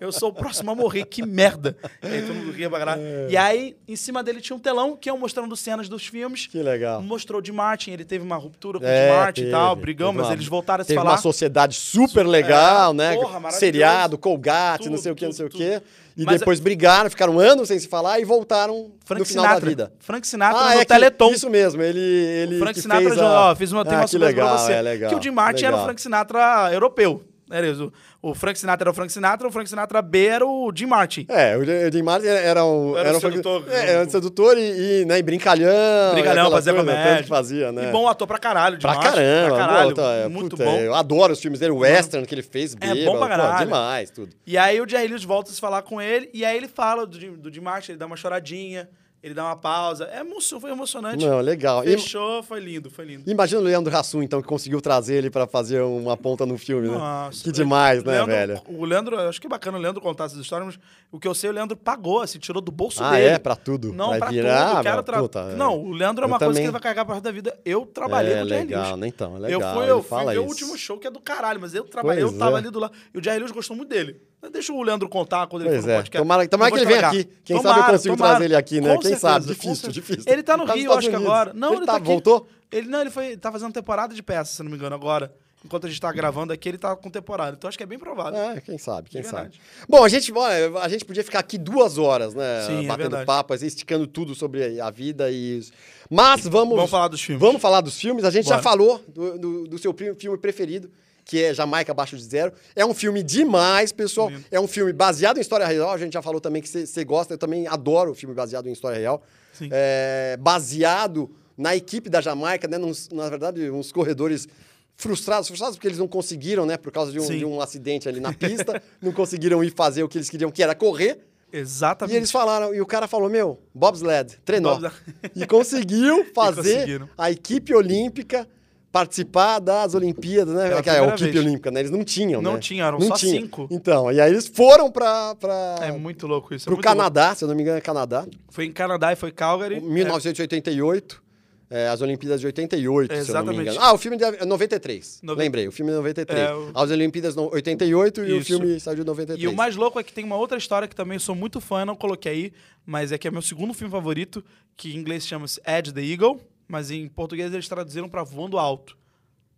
Eu sou o próximo a morrer, que merda. E aí todo mundo ria pra caralho.
É.
E aí, em cima dele tinha um telão que eu mostrando cenas dos filmes.
Que legal.
Mostrou o de Martin, ele teve uma ruptura com o
É,
de Martin
teve,
e tal, brigão,
teve
mas
uma-
eles voltaram a se
Teve
falar.
uma sociedade super legal,
É,
né?
porra, maravilhoso.
Seriado, Colgate, não
Tudo,
sei o quê, não
tudo,
sei o
tudo.
quê. E
Mas- é-
depois brigaram, ficaram um ano sem se falar e voltaram
Frank
no final
Sinatra.
da vida. Ah, é
Frank Sinatra no
que-
Teleton.
Isso mesmo, ele. ele
o Frank
que
Sinatra
fez
já,
a...
ó, fiz uma, tem
ah,
uma
que
surpresa
legal,
pra você.
É legal,
que o Jim Martin era o
legal.
Frank Sinatra europeu. Era isso. O Frank Sinatra era o Frank Sinatra, o Frank Sinatra B era o Jim Martin.
É, o Jim Martin era um.
Era um
Frank-
sedutor.
É, era um sedutor e, e, né, e brincalhão.
Brigalhão,
aquela
fazia
coisa,
comédia.
tanto que fazia, né?
E bom ator pra caralho, Jim
Pra
Martin.
caramba,
pra caralho.
puta, é,
muito
puta,
bom. Uhum. É
Eu adoro os filmes dele, o western que ele fez,
pra
bêbado, pô,
caralho.
demais, tudo.
E aí o Jerry Lewis volta a se falar com ele, e aí ele fala do, Jim- do Jim Martin, ele dá uma choradinha, ele dá uma pausa. É emoção, foi emocionante.
Não, legal. E-
Fechou, foi lindo, foi lindo.
imagina o Leandro Hassum, então, que conseguiu trazer ele pra fazer uma ponta no filme, né?
Nossa,
que demais,
O
né,
Leandro-
velho?
O Leandro, acho que é bacana o Leandro contar essas histórias, mas o que eu sei, o Leandro pagou, assim, tirou do bolso
Ah,
dele.
é? Pra tudo?
Não,
pra
pra
virar,
tudo.
meu,
Quero tra...
puta, é.
Não, o Leandro é
Eu
uma coisa que
também-
ele vai carregar pro resto da vida. Eu trabalhei
é,
com o Jerry
legal,
Lewis.
nem então, é
Eu
legal.
fui,
ele
eu fui
fala
ver o
isso.
último show que é do caralho, mas eu trabalhei, eu
Pois
tava
é.
ali do lado. E o Jerry Lewis gostou muito dele. Mas Deixa o Leandro contar quando ele
Pois
for no
é.
podcast.
Tomara- tomara
Eu vou
que ele venha
estragar.
aqui. Quem sabe eu consigo trazer ele aqui, né?
Com
Quem sabe?
certeza, com
Difícil,
certeza.
difícil.
Ele tá no
Ele tá nos
Rio, acho que
Estados Unidos.
agora. Não, ele,
Ele
tá
tá-
aqui.
voltou?
Ele não, ele foi, tá fazendo temporada de peça, se não me engano, agora. Enquanto a gente tá gravando aqui, ele tá com temporada. Então acho que é bem provável.
É, quem sabe, quem
De
sabe.
verdade.
Bom, a gente, olha, a gente podia ficar aqui duas horas, né?
Sim, é
batendo
verdade.
papo, assim, esticando tudo sobre a vida e isso. Mas vamos,
Vamos falar dos filmes.
vamos falar dos filmes. A gente já
Bora.
falou do, do- do seu pri- filme preferido, que é Jamaica Abaixo de Zero. É um filme demais, pessoal. É um filme baseado em história real. A gente já falou também que você gosta. Eu também adoro o filme baseado em história real.
Sim.
É, baseado na equipe da Jamaica, né? Nos- na verdade, uns corredores frustrados, frustrados porque eles não conseguiram, né? Por causa de um,
Sim.
de um acidente
[LAUGHS]
ali na pista, não conseguiram ir fazer o que eles queriam, que era correr.
Exatamente.
E eles falaram, e o cara falou, meu, bobsled, treinou.
Bobsled.
E
[LAUGHS]
conseguiu fazer
conseguiram.
a equipe olímpica participar das Olimpíadas, né?
Pela
Que é a
primeira
equipe
vez.
olímpica, né? Eles não tinham,
Não
né?
tinha, eram só cinco.
Então, e aí eles foram para pra,
É muito louco isso. é
pro
muito louco.
Canadá, se eu não me engano é Canadá.
Foi em Canadá e foi Calgary. É,
1988, é, as Olimpíadas de 88, se eu não me
Exatamente.
engano. Ah, o filme de é 93.
Noven-
Lembrei, o filme de 93.
É, o-
As Olimpíadas de 88 e o
Isso.
filme saiu de
É.
93.
E o mais louco é que tem uma outra história que também eu sou muito fã, não coloquei aí, mas é que é meu segundo filme favorito, que em inglês chama-se Edge the Eagle, mas em português eles traduziram pra Voando Alto,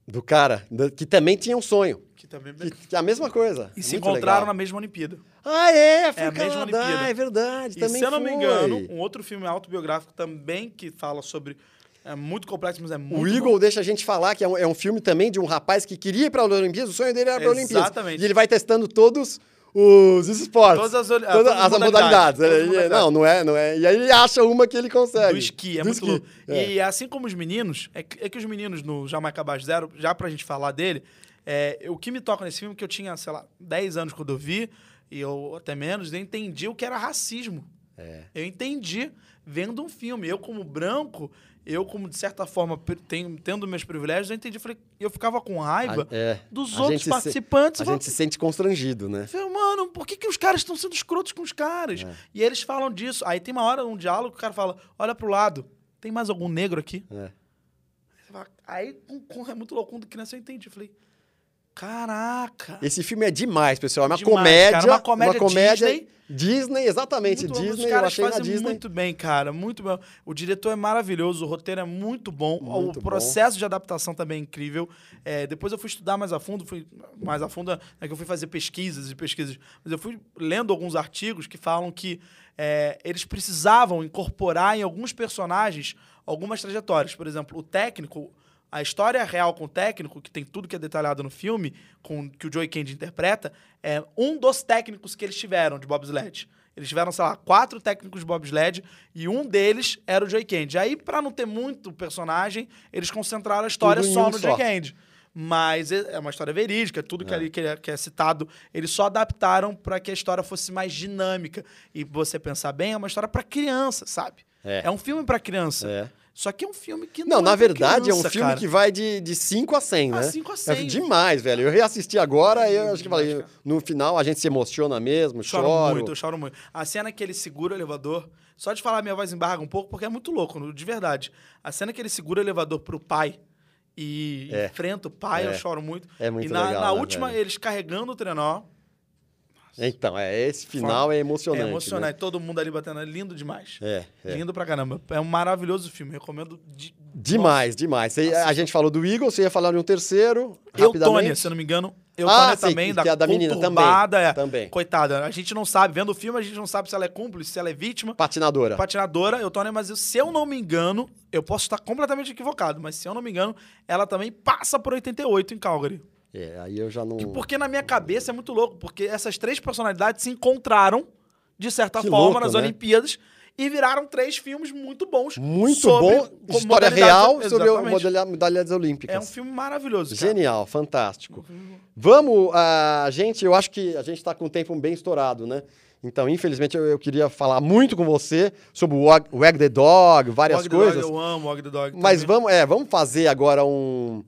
Do cara, da- que também tinha um sonho.
que também é
Que, que é a mesma coisa.
E se encontraram na mesma Olimpíada.
Ah, é? Foi
É a
o
mesma
Canadá,
Olimpíada.
é verdade.
E
também
se eu não me
foi.
engano, um outro filme autobiográfico também que fala sobre. É muito complexo, mas é muito.
O Eagle deixa a gente falar que é um, é um filme também de um rapaz que queria ir para a Olimpíadas, o sonho dele era para a Olimpíadas.
Exatamente.
E ele vai testando todos os esportes.
Todas as oli-
Todas
todas as
as modalidades.
modalidades. Todas as
Ele-
modalidades.
Não, não é, não é. E aí ele acha uma que ele consegue.
Do esqui, é
Do
muito
esqui,
louco.
é.
E assim como os meninos, é que, é que os meninos no Jamaica Abaixo Zero, já pra gente falar dele, é, o que me toca nesse filme é que eu tinha, sei lá, 10 anos quando eu vi, e eu até menos, eu entendi o que era racismo.
É.
Eu entendi vendo um filme. Eu, como branco, eu, como de certa forma, pe- tenho- tendo meus privilégios, eu entendi. Eu, falei, eu ficava com raiva
A- é.
dos
A gente
outros
se-
participantes.
A
Eu falava,
gente se sente constrangido, né? É.
eu falei, mano, por que, que os caras estão sendo escrotos com os caras? E eles falam disso. Aí tem uma hora, um diálogo, que o cara fala: olha pro lado, tem mais algum negro aqui?
É.
Você fala, Aí, com, com- é muito louco, quando criança eu entendi. Eu falei, caraca.
Esse filme é demais, pessoal. É uma
Demais,
comédia.
cara. Uma comédia Disney.
Disney, exatamente.
Muito bom.
Disney,
os
eu
caras
achei na
fazem
Disney.
muito bem, cara, muito bem. O diretor é maravilhoso, o roteiro é muito bom,
Muito
o
bom.
processo de adaptação também é incrível. É, depois eu fui estudar mais a fundo, fui mais a fundo, é que eu fui fazer pesquisas e pesquisas, mas eu fui lendo alguns artigos que falam que é, eles precisavam incorporar em alguns personagens algumas trajetórias. Por exemplo, o técnico, a história real com o técnico, que tem tudo que é detalhado no filme, com que o Joey Candy interpreta, é um dos técnicos que eles tiveram de bobsled. Eles tiveram, sei lá, quatro técnicos de bobsled e um deles era o Joey Candy. Aí, pra não ter muito personagem, eles concentraram a história
Tudo em
só
um
no
só.
Joey Candy. Mas é é uma história verídica, tudo que ali que é, que é citado, eles só adaptaram pra que a história fosse mais dinâmica. E você pensar bem, é uma história pra criança, sabe?
É.
um filme pra criança.
É.
Só que é um filme que
Não,
não, é
na
pra
verdade, é um
criança,
filme
cara.
que vai de, de 5 a 100, né?
Ah, 5 a
É
100.
demais, velho. Eu reassisti agora, eu
Lindo
acho que falei,
demais, cara.
no final a gente se emociona mesmo,
Choro
choro.
muito, eu choro muito. A cena que ele segura o elevador, só de falar minha voz embarga um pouco, porque é muito louco, de verdade. A cena que ele segura o elevador pro pai e
É.
enfrenta o pai,
É.
eu choro muito.
É muito
e na,
legal,
na
né,
última,
velho?
eles carregando o trenó. É
Então, é, esse final é emocionante.
é emocionante. Todo mundo ali batendo. É lindo demais.
né? É, é.
Lindo pra caramba. É um maravilhoso filme. Recomendo de...
Demais, demais. Você- a gente falou do Eagle, você ia falar de um terceiro,
Eu, Tônia,
rapidamente.
se eu não me engano. Eu,
Ah,
Tônia
sei,
também,
que-
da,
que é da menina, também,
conturbada, é.
também.
Coitada, a gente não sabe. Vendo o filme, a gente não sabe se ela é cúmplice, se ela é vítima.
Patinadora.
patinadora, eu tô né, mas eu- se eu não me engano, eu posso estar completamente equivocado, mas se eu não me engano, ela também passa por 88 em Calgary.
É, aí eu já não...
Que porque na minha cabeça é muito louco, porque essas três personalidades se encontraram, de certa
Que
forma,
louco,
nas
né?
Olimpíadas e viraram três filmes muito bons.
Muito
sobre
bom,
co-
história
modalidades-
real sobre o
Exatamente.
modalha- modalidades
É um
olímpicas.
filme maravilhoso, cara. Um
Genial, ah, tá fantástico. Vamos, a gente, eu acho que a gente está com o tempo bem estourado, né? Então, infelizmente, eu, eu queria falar muito com você sobre o Wag, Wag the Dog, várias
Og the
coisas.
Dog, eu amo Og the Dog.
Mas
também.
vamos, é, vamos fazer agora um,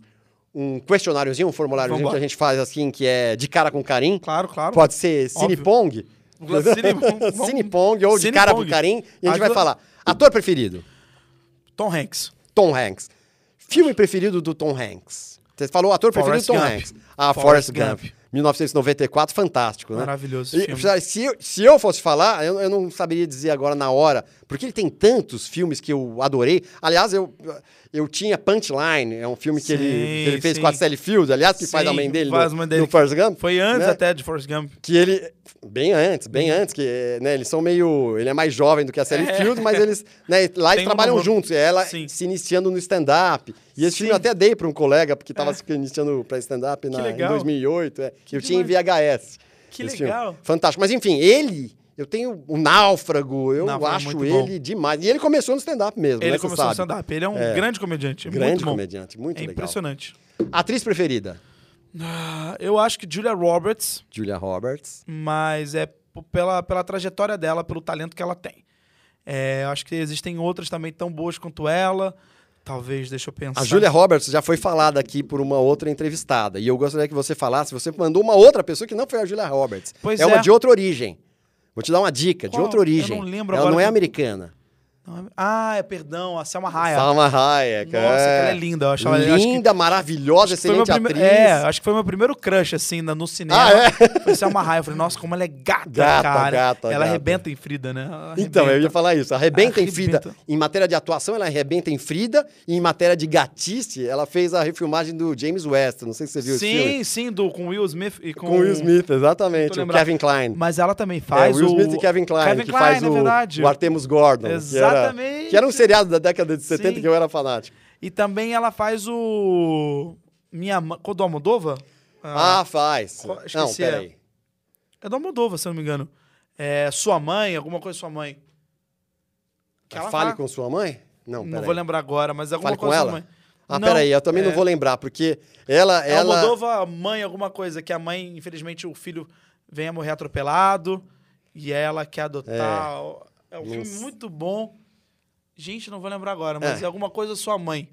um questionáriozinho, um formuláriozinho
Vambora.
que a gente faz assim, que é de cara com carinho.
Claro, claro.
Pode ser
Óbvio.
Cinepong? [LAUGHS]
Cinepong, vamos-
Cinepong ou de cara com
Cinepong.
carinho. E a gente vai
Ajuda-
falar. Ator preferido?
Tom Hanks.
Tom Hanks. Filme preferido do Tom Hanks? Você falou ator preferido
Forrest
do Tom
Gump.
Hanks. Ah, Forrest
Forrest
Gump.
Gump.
1994, fantástico, né?
Maravilhoso
E,
esse filme.
sabe, se, eu, se eu fosse falar, eu, eu não saberia dizer agora na hora, porque ele tem tantos filmes que eu adorei. Aliás, eu, eu tinha Punchline, é um filme que,
Sim,
ele, que ele fez
sim.
com a Sally Field, aliás, que faz a
Sim,
mãe dele,
faz
no,
a mãe dele.
no Forrest Gump.
Foi antes
né?
até de Forrest Gump.
Que ele. Bem antes, bem antes, que eh, né, eles são meio. Ele é mais jovem do que a Sally
Uhum. É.
Field, mas eles.
[LAUGHS]
né, lá
Tem
eles trabalham
uma-
juntos. Ela
Sim.
se iniciando no stand-up. E esse
Sim.
filme eu até dei para um colega, porque estava
É.
se iniciando para stand-up na- em
legal.
2008. é. eu tinha em
demais.
VHS.
Que
esse
legal.
Fantástico. Mas enfim, ele. Eu tenho o Náufrago, eu
Náufrago é
acho
muito bom.
ele demais. E ele começou no stand-up mesmo,
Ele
né?
começou no
você sabe.
stand-up. Ele é um
É.
grande comediante. é muito
Grande
bom.
comediante, muito
é
legal.
impressionante.
Atriz preferida?
Ah, eu acho que Julia Roberts,
Julia Roberts.
mas é p- pela, pela trajetória dela, pelo talento que ela tem. É, eu acho que existem outras também tão boas quanto ela. Talvez, deixa eu pensar.
A Julia Roberts já foi falada aqui por uma outra entrevistada. E eu gostaria que você falasse, você mandou uma outra pessoa que não foi a Julia Roberts.
Pois
é, uma
é.
de outra origem. Vou te dar uma dica, de
Qual?
outra origem.
Eu não lembro
Ela
agora
não é
que-
americana.
Não, é- Ah, é, perdão, a Selma Hayek.
Salma Hayek.
Nossa, que ela é linda. Eu acho ela, eu acho que
Linda, maravilhosa,
Foi meu
excelente
prime-
atriz.
É, acho que foi meu primeiro crush, assim, na- no cinema.
Ah, é?
Foi Selma Hayek. Eu falei, nossa, como ela é gata,
Gata,
cara.
gata,
ela
gata.
arrebenta em Frida, né? Ela
Então, eu ia
arrebenta.
falar isso. Arrebenta, em
Arrebenta.
Frida. Em matéria de atuação, ela arrebenta em Frida. E em matéria de gatice, ela fez a refilmagem do James West. Não sei se você viu esse filme.
Sim, sim, do, com Will Smith e com...
Com o Will Smith, exatamente.
Tô
O
lembrado.
Kevin Klein.
Mas ela também
É,
faz
Will Smith
o...
e Kevin Klein,
Kevin
que
Kline,
faz
é
o,
verdade.
o Artemus Gordon. que era- Que
Exatamente.
era, um seriado da década de 70
Sim.
que eu era fanático.
E também ela faz o... Minha mãe... Qual do Almodova?
Ah, faz.
qual-
não,
esqueci,
peraí.
É do Almodova, se eu não me engano. É, sua mãe, alguma coisa sua mãe. Que ela
Fale
fala-
com sua mãe? Não, peraí.
Não vou lembrar agora, mas é alguma
Fale com
coisa
ela?
sua mãe.
Ah,
Não,
peraí, eu também não vou lembrar, porque ela...
É
ela...
Almodova, mãe, alguma coisa, que a mãe, infelizmente, o filho vem a morrer atropelado e ela quer adotar. É um filme
Nossa.
muito bom. Gente, não vou lembrar agora, mas
É.
é alguma coisa sua mãe.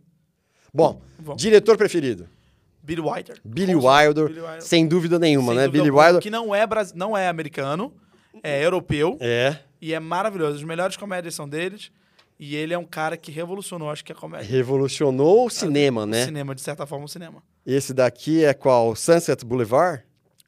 Bom,
Bom.
diretor preferido?
Billy Wilder.
Billy
Com certeza,
Wilder,
Billy Wilder.
sem dúvida nenhuma,
Sem
né?
dúvida
Billy
alguma,
Wilder...
Que não é, bras... não é americano, é europeu
É,
e é maravilhoso. As melhores comédias são deles. E ele é um cara que revolucionou, acho que a comédia.
revolucionou o cinema,
O
né?
cinema, de certa forma, o cinema.
Esse daqui é qual? Sunset Boulevard?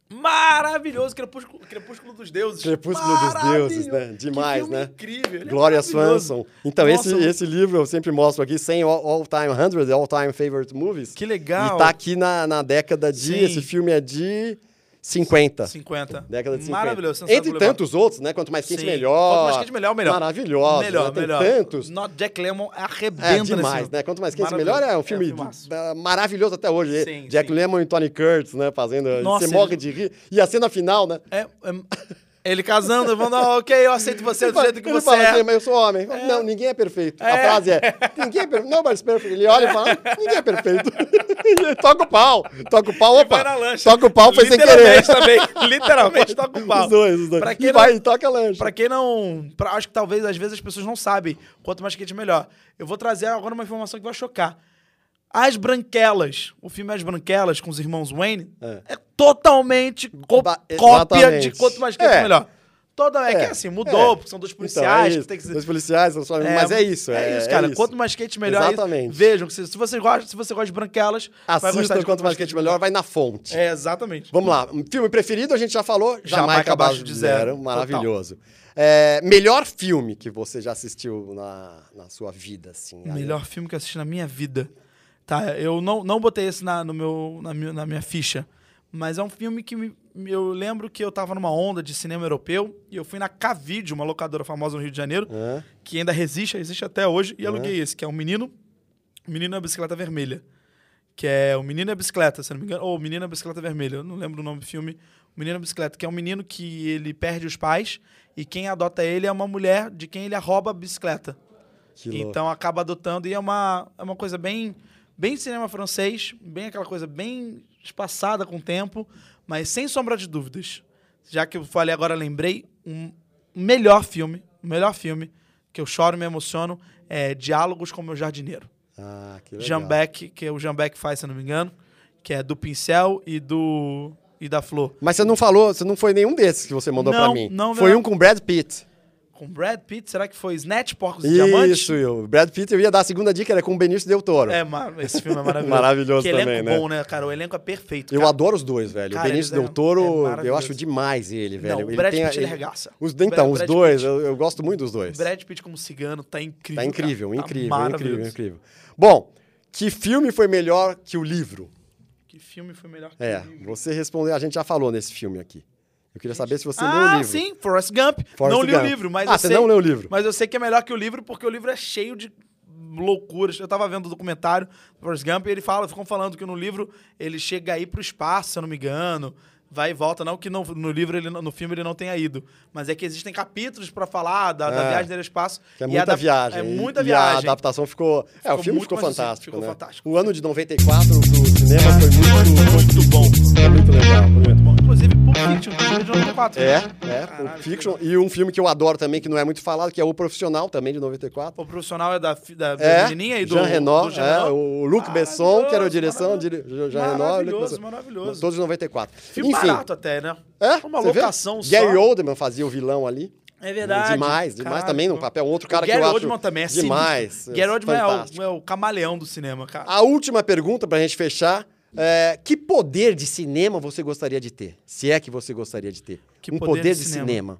Maravilhoso, Crepúsculo, Crepúsculo dos Deuses.
Crepúsculo dos Deuses, né?
Maravilhoso.
Demais,
que filme
né?
Incrível. ele é
Gloria
maravilhoso.
Swanson. Então,
Nossa,
esse,
mano.
esse livro eu sempre mostro aqui, 100 All- All-Time 100 All-Time Favorite Movies.
Que legal.
E tá aqui na, na década de...
Sim.
Esse filme é de 50.
50.
Década de 50.
Maravilhoso. Sunset
Entre
Boulevard.
tantos outros, né? Quanto mais quente,
Sim.
melhor.
Quanto mais quente, melhor, melhor.
Maravilhosos, né?
Melhor,
Tem
melhor.
tantos.
No, Jack Lemmon arrebenta
É
nesse
demais,
filme.
né? Quanto mais quente, melhor.
Maravilhoso.
É um filme
filmaço.
eh, maravilhoso até hoje.
Sim,
Jack
sim.
Lemmon e Tony Curtis, né? Fazendo...
Nossa,
você
ele-
morre de rir. E a cena final, né?
É, é- ele casando, falando, "Ah, ok, eu aceito você do
Ele
jeito que
fala-
você
ele fala assim,
é.
mas eu sou homem. Ele fala, Não, ninguém é perfeito. A frase é, ninguém é perfeito. Nobody's perfect. Ele olha e fala, ninguém é perfeito. [LAUGHS] E ele toca o pau. Toca o pau,
E
opa.
vai na lancha.
Toca o pau, foi sem querer.
Literalmente
[LAUGHS]
também. Literalmente toca o pau.
Os dois, os dois.
Pra
e
quem não-
vai e toca a lancha.
Pra quem não. pra- acho que talvez às vezes as pessoas não sabem. Quanto mais quente, melhor. Eu vou trazer agora uma informação que vai chocar. As Branquelas, o filme As Branquelas com os irmãos Wayne, é, totalmente co-
Ba-
cópia
exatamente.
de quanto mais quente,
É.
melhor. Toda, é, que
É,
assim, mudou,
é.
porque são dois
Então, é
policiais
isso.
que tem que ser.
Os policiais, são só- mas é isso. É,
isso,
é
cara.
isso.
Quanto mais quente, melhor. é isso.
Exatamente.
Vejam, que se, se você gosta, se você gosta de branquelas, vai gostar
Assista
de
o quanto mais quente, melhor. Vai na fonte.
É, exatamente.
Vamos lá. Um Filme preferido, a gente já falou.
Jamaica
Abaixo de Zero. Maravilhoso. É, melhor filme que você já assistiu na, na sua vida, assim.
O
aí.
melhor filme que eu assisti na minha vida. Tá, eu não, não botei esse na, no meu, na, minha, na minha ficha. Mas é um filme que me- eu lembro que eu tava numa onda de cinema europeu e eu fui na Cavide, uma locadora famosa no Rio de Janeiro,
Hã?
que ainda resiste, existe até hoje, e aluguei esse, que é um menino, o menino na bicicleta vermelha. Que é o Menino e a Bicicleta, se eu não me engano. Ou o Menino e a Bicicleta Vermelha, eu não lembro o nome do filme. O Menino e a Bicicleta, que é um menino que ele perde os pais e quem adota ele é uma mulher de quem ele rouba a bicicleta.
Que louco.
Então acaba adotando e é uma, é uma coisa bem, bem cinema francês, bem aquela coisa bem espaçada com o tempo, mas sem sombra de dúvidas. Já que eu falei agora, lembrei, um, melhor filme, um melhor filme, que eu choro e me emociono, é Diálogos com o Meu Jardineiro.
Ah, que legal.
Jean Beck, que o Jean Beck faz, se eu não me engano, que é do pincel e do e da flor.
Mas você não falou, você não foi nenhum desses que você mandou pra
Não,
mim.
não,
foi
não.
um com Brad Pitt.
Com Brad Pitt, será que foi Snatch, Porcos e Diamantes?
Isso, eu. Brad Pitt, eu ia dar a segunda dica, era com o Benício Del Toro.
É, mano, esse filme é
[LAUGHS]
maravilhoso.
Maravilhoso
que elenco
também, né?
bom, né, cara? O elenco é perfeito.
eu
cara.
adoro os dois, velho.
Cara,
o Benício
eles
Del
eram- é
Toro, eu
maravilhoso.
acho demais ele, velho.
Não, o
Ele
Brad
tem a-
Pitt, ele
ele-
regaça.
Os,
O Brad-
então,
o
os
Brad
dois,
Pitt.
eu, eu gosto muito dos dois.
Brad Pitt como cigano tá incrível.
tá incrível,
cara. Tá
incrível, incrível,
maravilhoso.
incrível. Bom, que filme foi melhor que o livro?
Que filme foi melhor que
É,
o livro?
você respondeu, a gente já falou nesse filme aqui. Eu queria saber se você
ah,
leu o livro.
sim, Forrest Gump.
Forrest
não li
Gump.
o livro, mas
Ah,
eu
você
sei.
não leu o livro.
Mas eu sei que é melhor que o livro, porque o livro é cheio de loucuras. Eu tava vendo o documentário do Forrest Gump e ele fala, ficam falando que no livro ele chega aí pro espaço, se eu não me engano. Vai e volta, não que não, no livro, ele, não- no filme ele não tenha ido. Mas é que existem capítulos pra falar da, da
É.
viagem dele ao espaço.
Que é
e
muita
adap-
viagem.
É
e-
muita
e
viagem.
a adaptação ficou. É, o
Ficou
filme
muito
ficou
mais assim,
fantástico.
ficou
né?
fantástico. É,
O ano de 94 do cinema foi muito,
muito bom.
foi muito legal. foi muito bom.
Inclusive, Pulp Fiction, do filme de 94.
É,
né?
é,
Caralho,
o Fiction. E um filme que eu adoro também, que não é muito falado, que é O Profissional, também de 94.
O profissional é da, fi- da
É,
menininha e do,
Jean Reno,
do Jean Reno.
é, o Luc Besson, que era a direção de Jean Reno.
Maravilhoso, maravilhoso.
Todos de 94.
Filme
Enfim,
barato até, né?
é,
Uma
você vê?
locação só.
Gary Oldman fazia o vilão ali.
É verdade.
Demais, demais
Caralho,
também no
pô.
papel. é um Outro cara
o
que eu
Gary
acho
Oldman também é sinistro.
demais.
[LAUGHS] Gary Oldman é
fantástico. Ah.
o, é o camaleão do cinema, cara.
A última pergunta pra gente fechar. É, que poder de cinema você gostaria de ter? Se é que você gostaria de ter.
Que
um poder,
poder
de
de
cinema.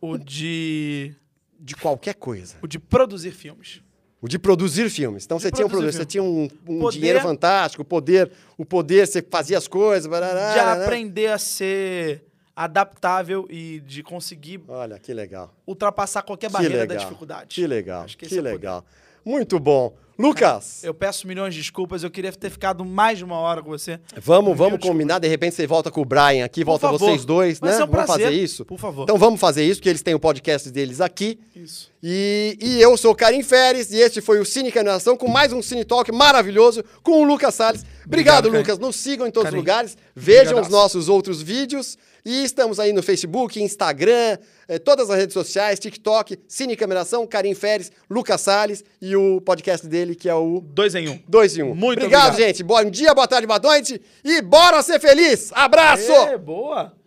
O de...
De qualquer coisa.
O de produzir filmes.
O de produzir filmes. Então você tinha, um,
produzir
produ- você
filme.
tinha um, um
Poder-
dinheiro fantástico, o poder, o poder, você fazia as coisas. Barará,
De aprender a ser adaptável e de conseguir
Olha, que legal.
ultrapassar qualquer
Que
barreira
legal.
da dificuldade.
Que legal.
Acho que
Que,
esse é o poder.
legal. Muito bom. Lucas,
Eu peço milhões de desculpas. Eu queria ter ficado mais de uma hora com você.
vamos, vamos
Mil desculpas.
combinar. De repente você volta com o Brian aqui,
Por
volta
favor.
vocês dois,
Vai
né?
ser um
vamos
prazer.
fazer isso?
Por favor.
Então vamos fazer isso, que eles têm o podcast deles aqui.
Isso.
E, e eu sou o Karim Feres e este foi o Cine Canelação com mais um Cine Talk maravilhoso com o Lucas Salles. Obrigado,
Obrigado, Karim.
Lucas. Nos sigam em todos os
Karim,
lugares. Vejam os
brigadaço.
nossos outros vídeos. E estamos aí no Facebook, Instagram, eh, todas as redes sociais, TikTok, Cine Canelação, Karim Feres, Lucas Salles e o podcast dele que é o
Dois em um.
2 em 1.
Muito
obrigado,
obrigado.
gente. Bom dia, boa tarde, boa noite e bora ser feliz. Abraço!
É, boa!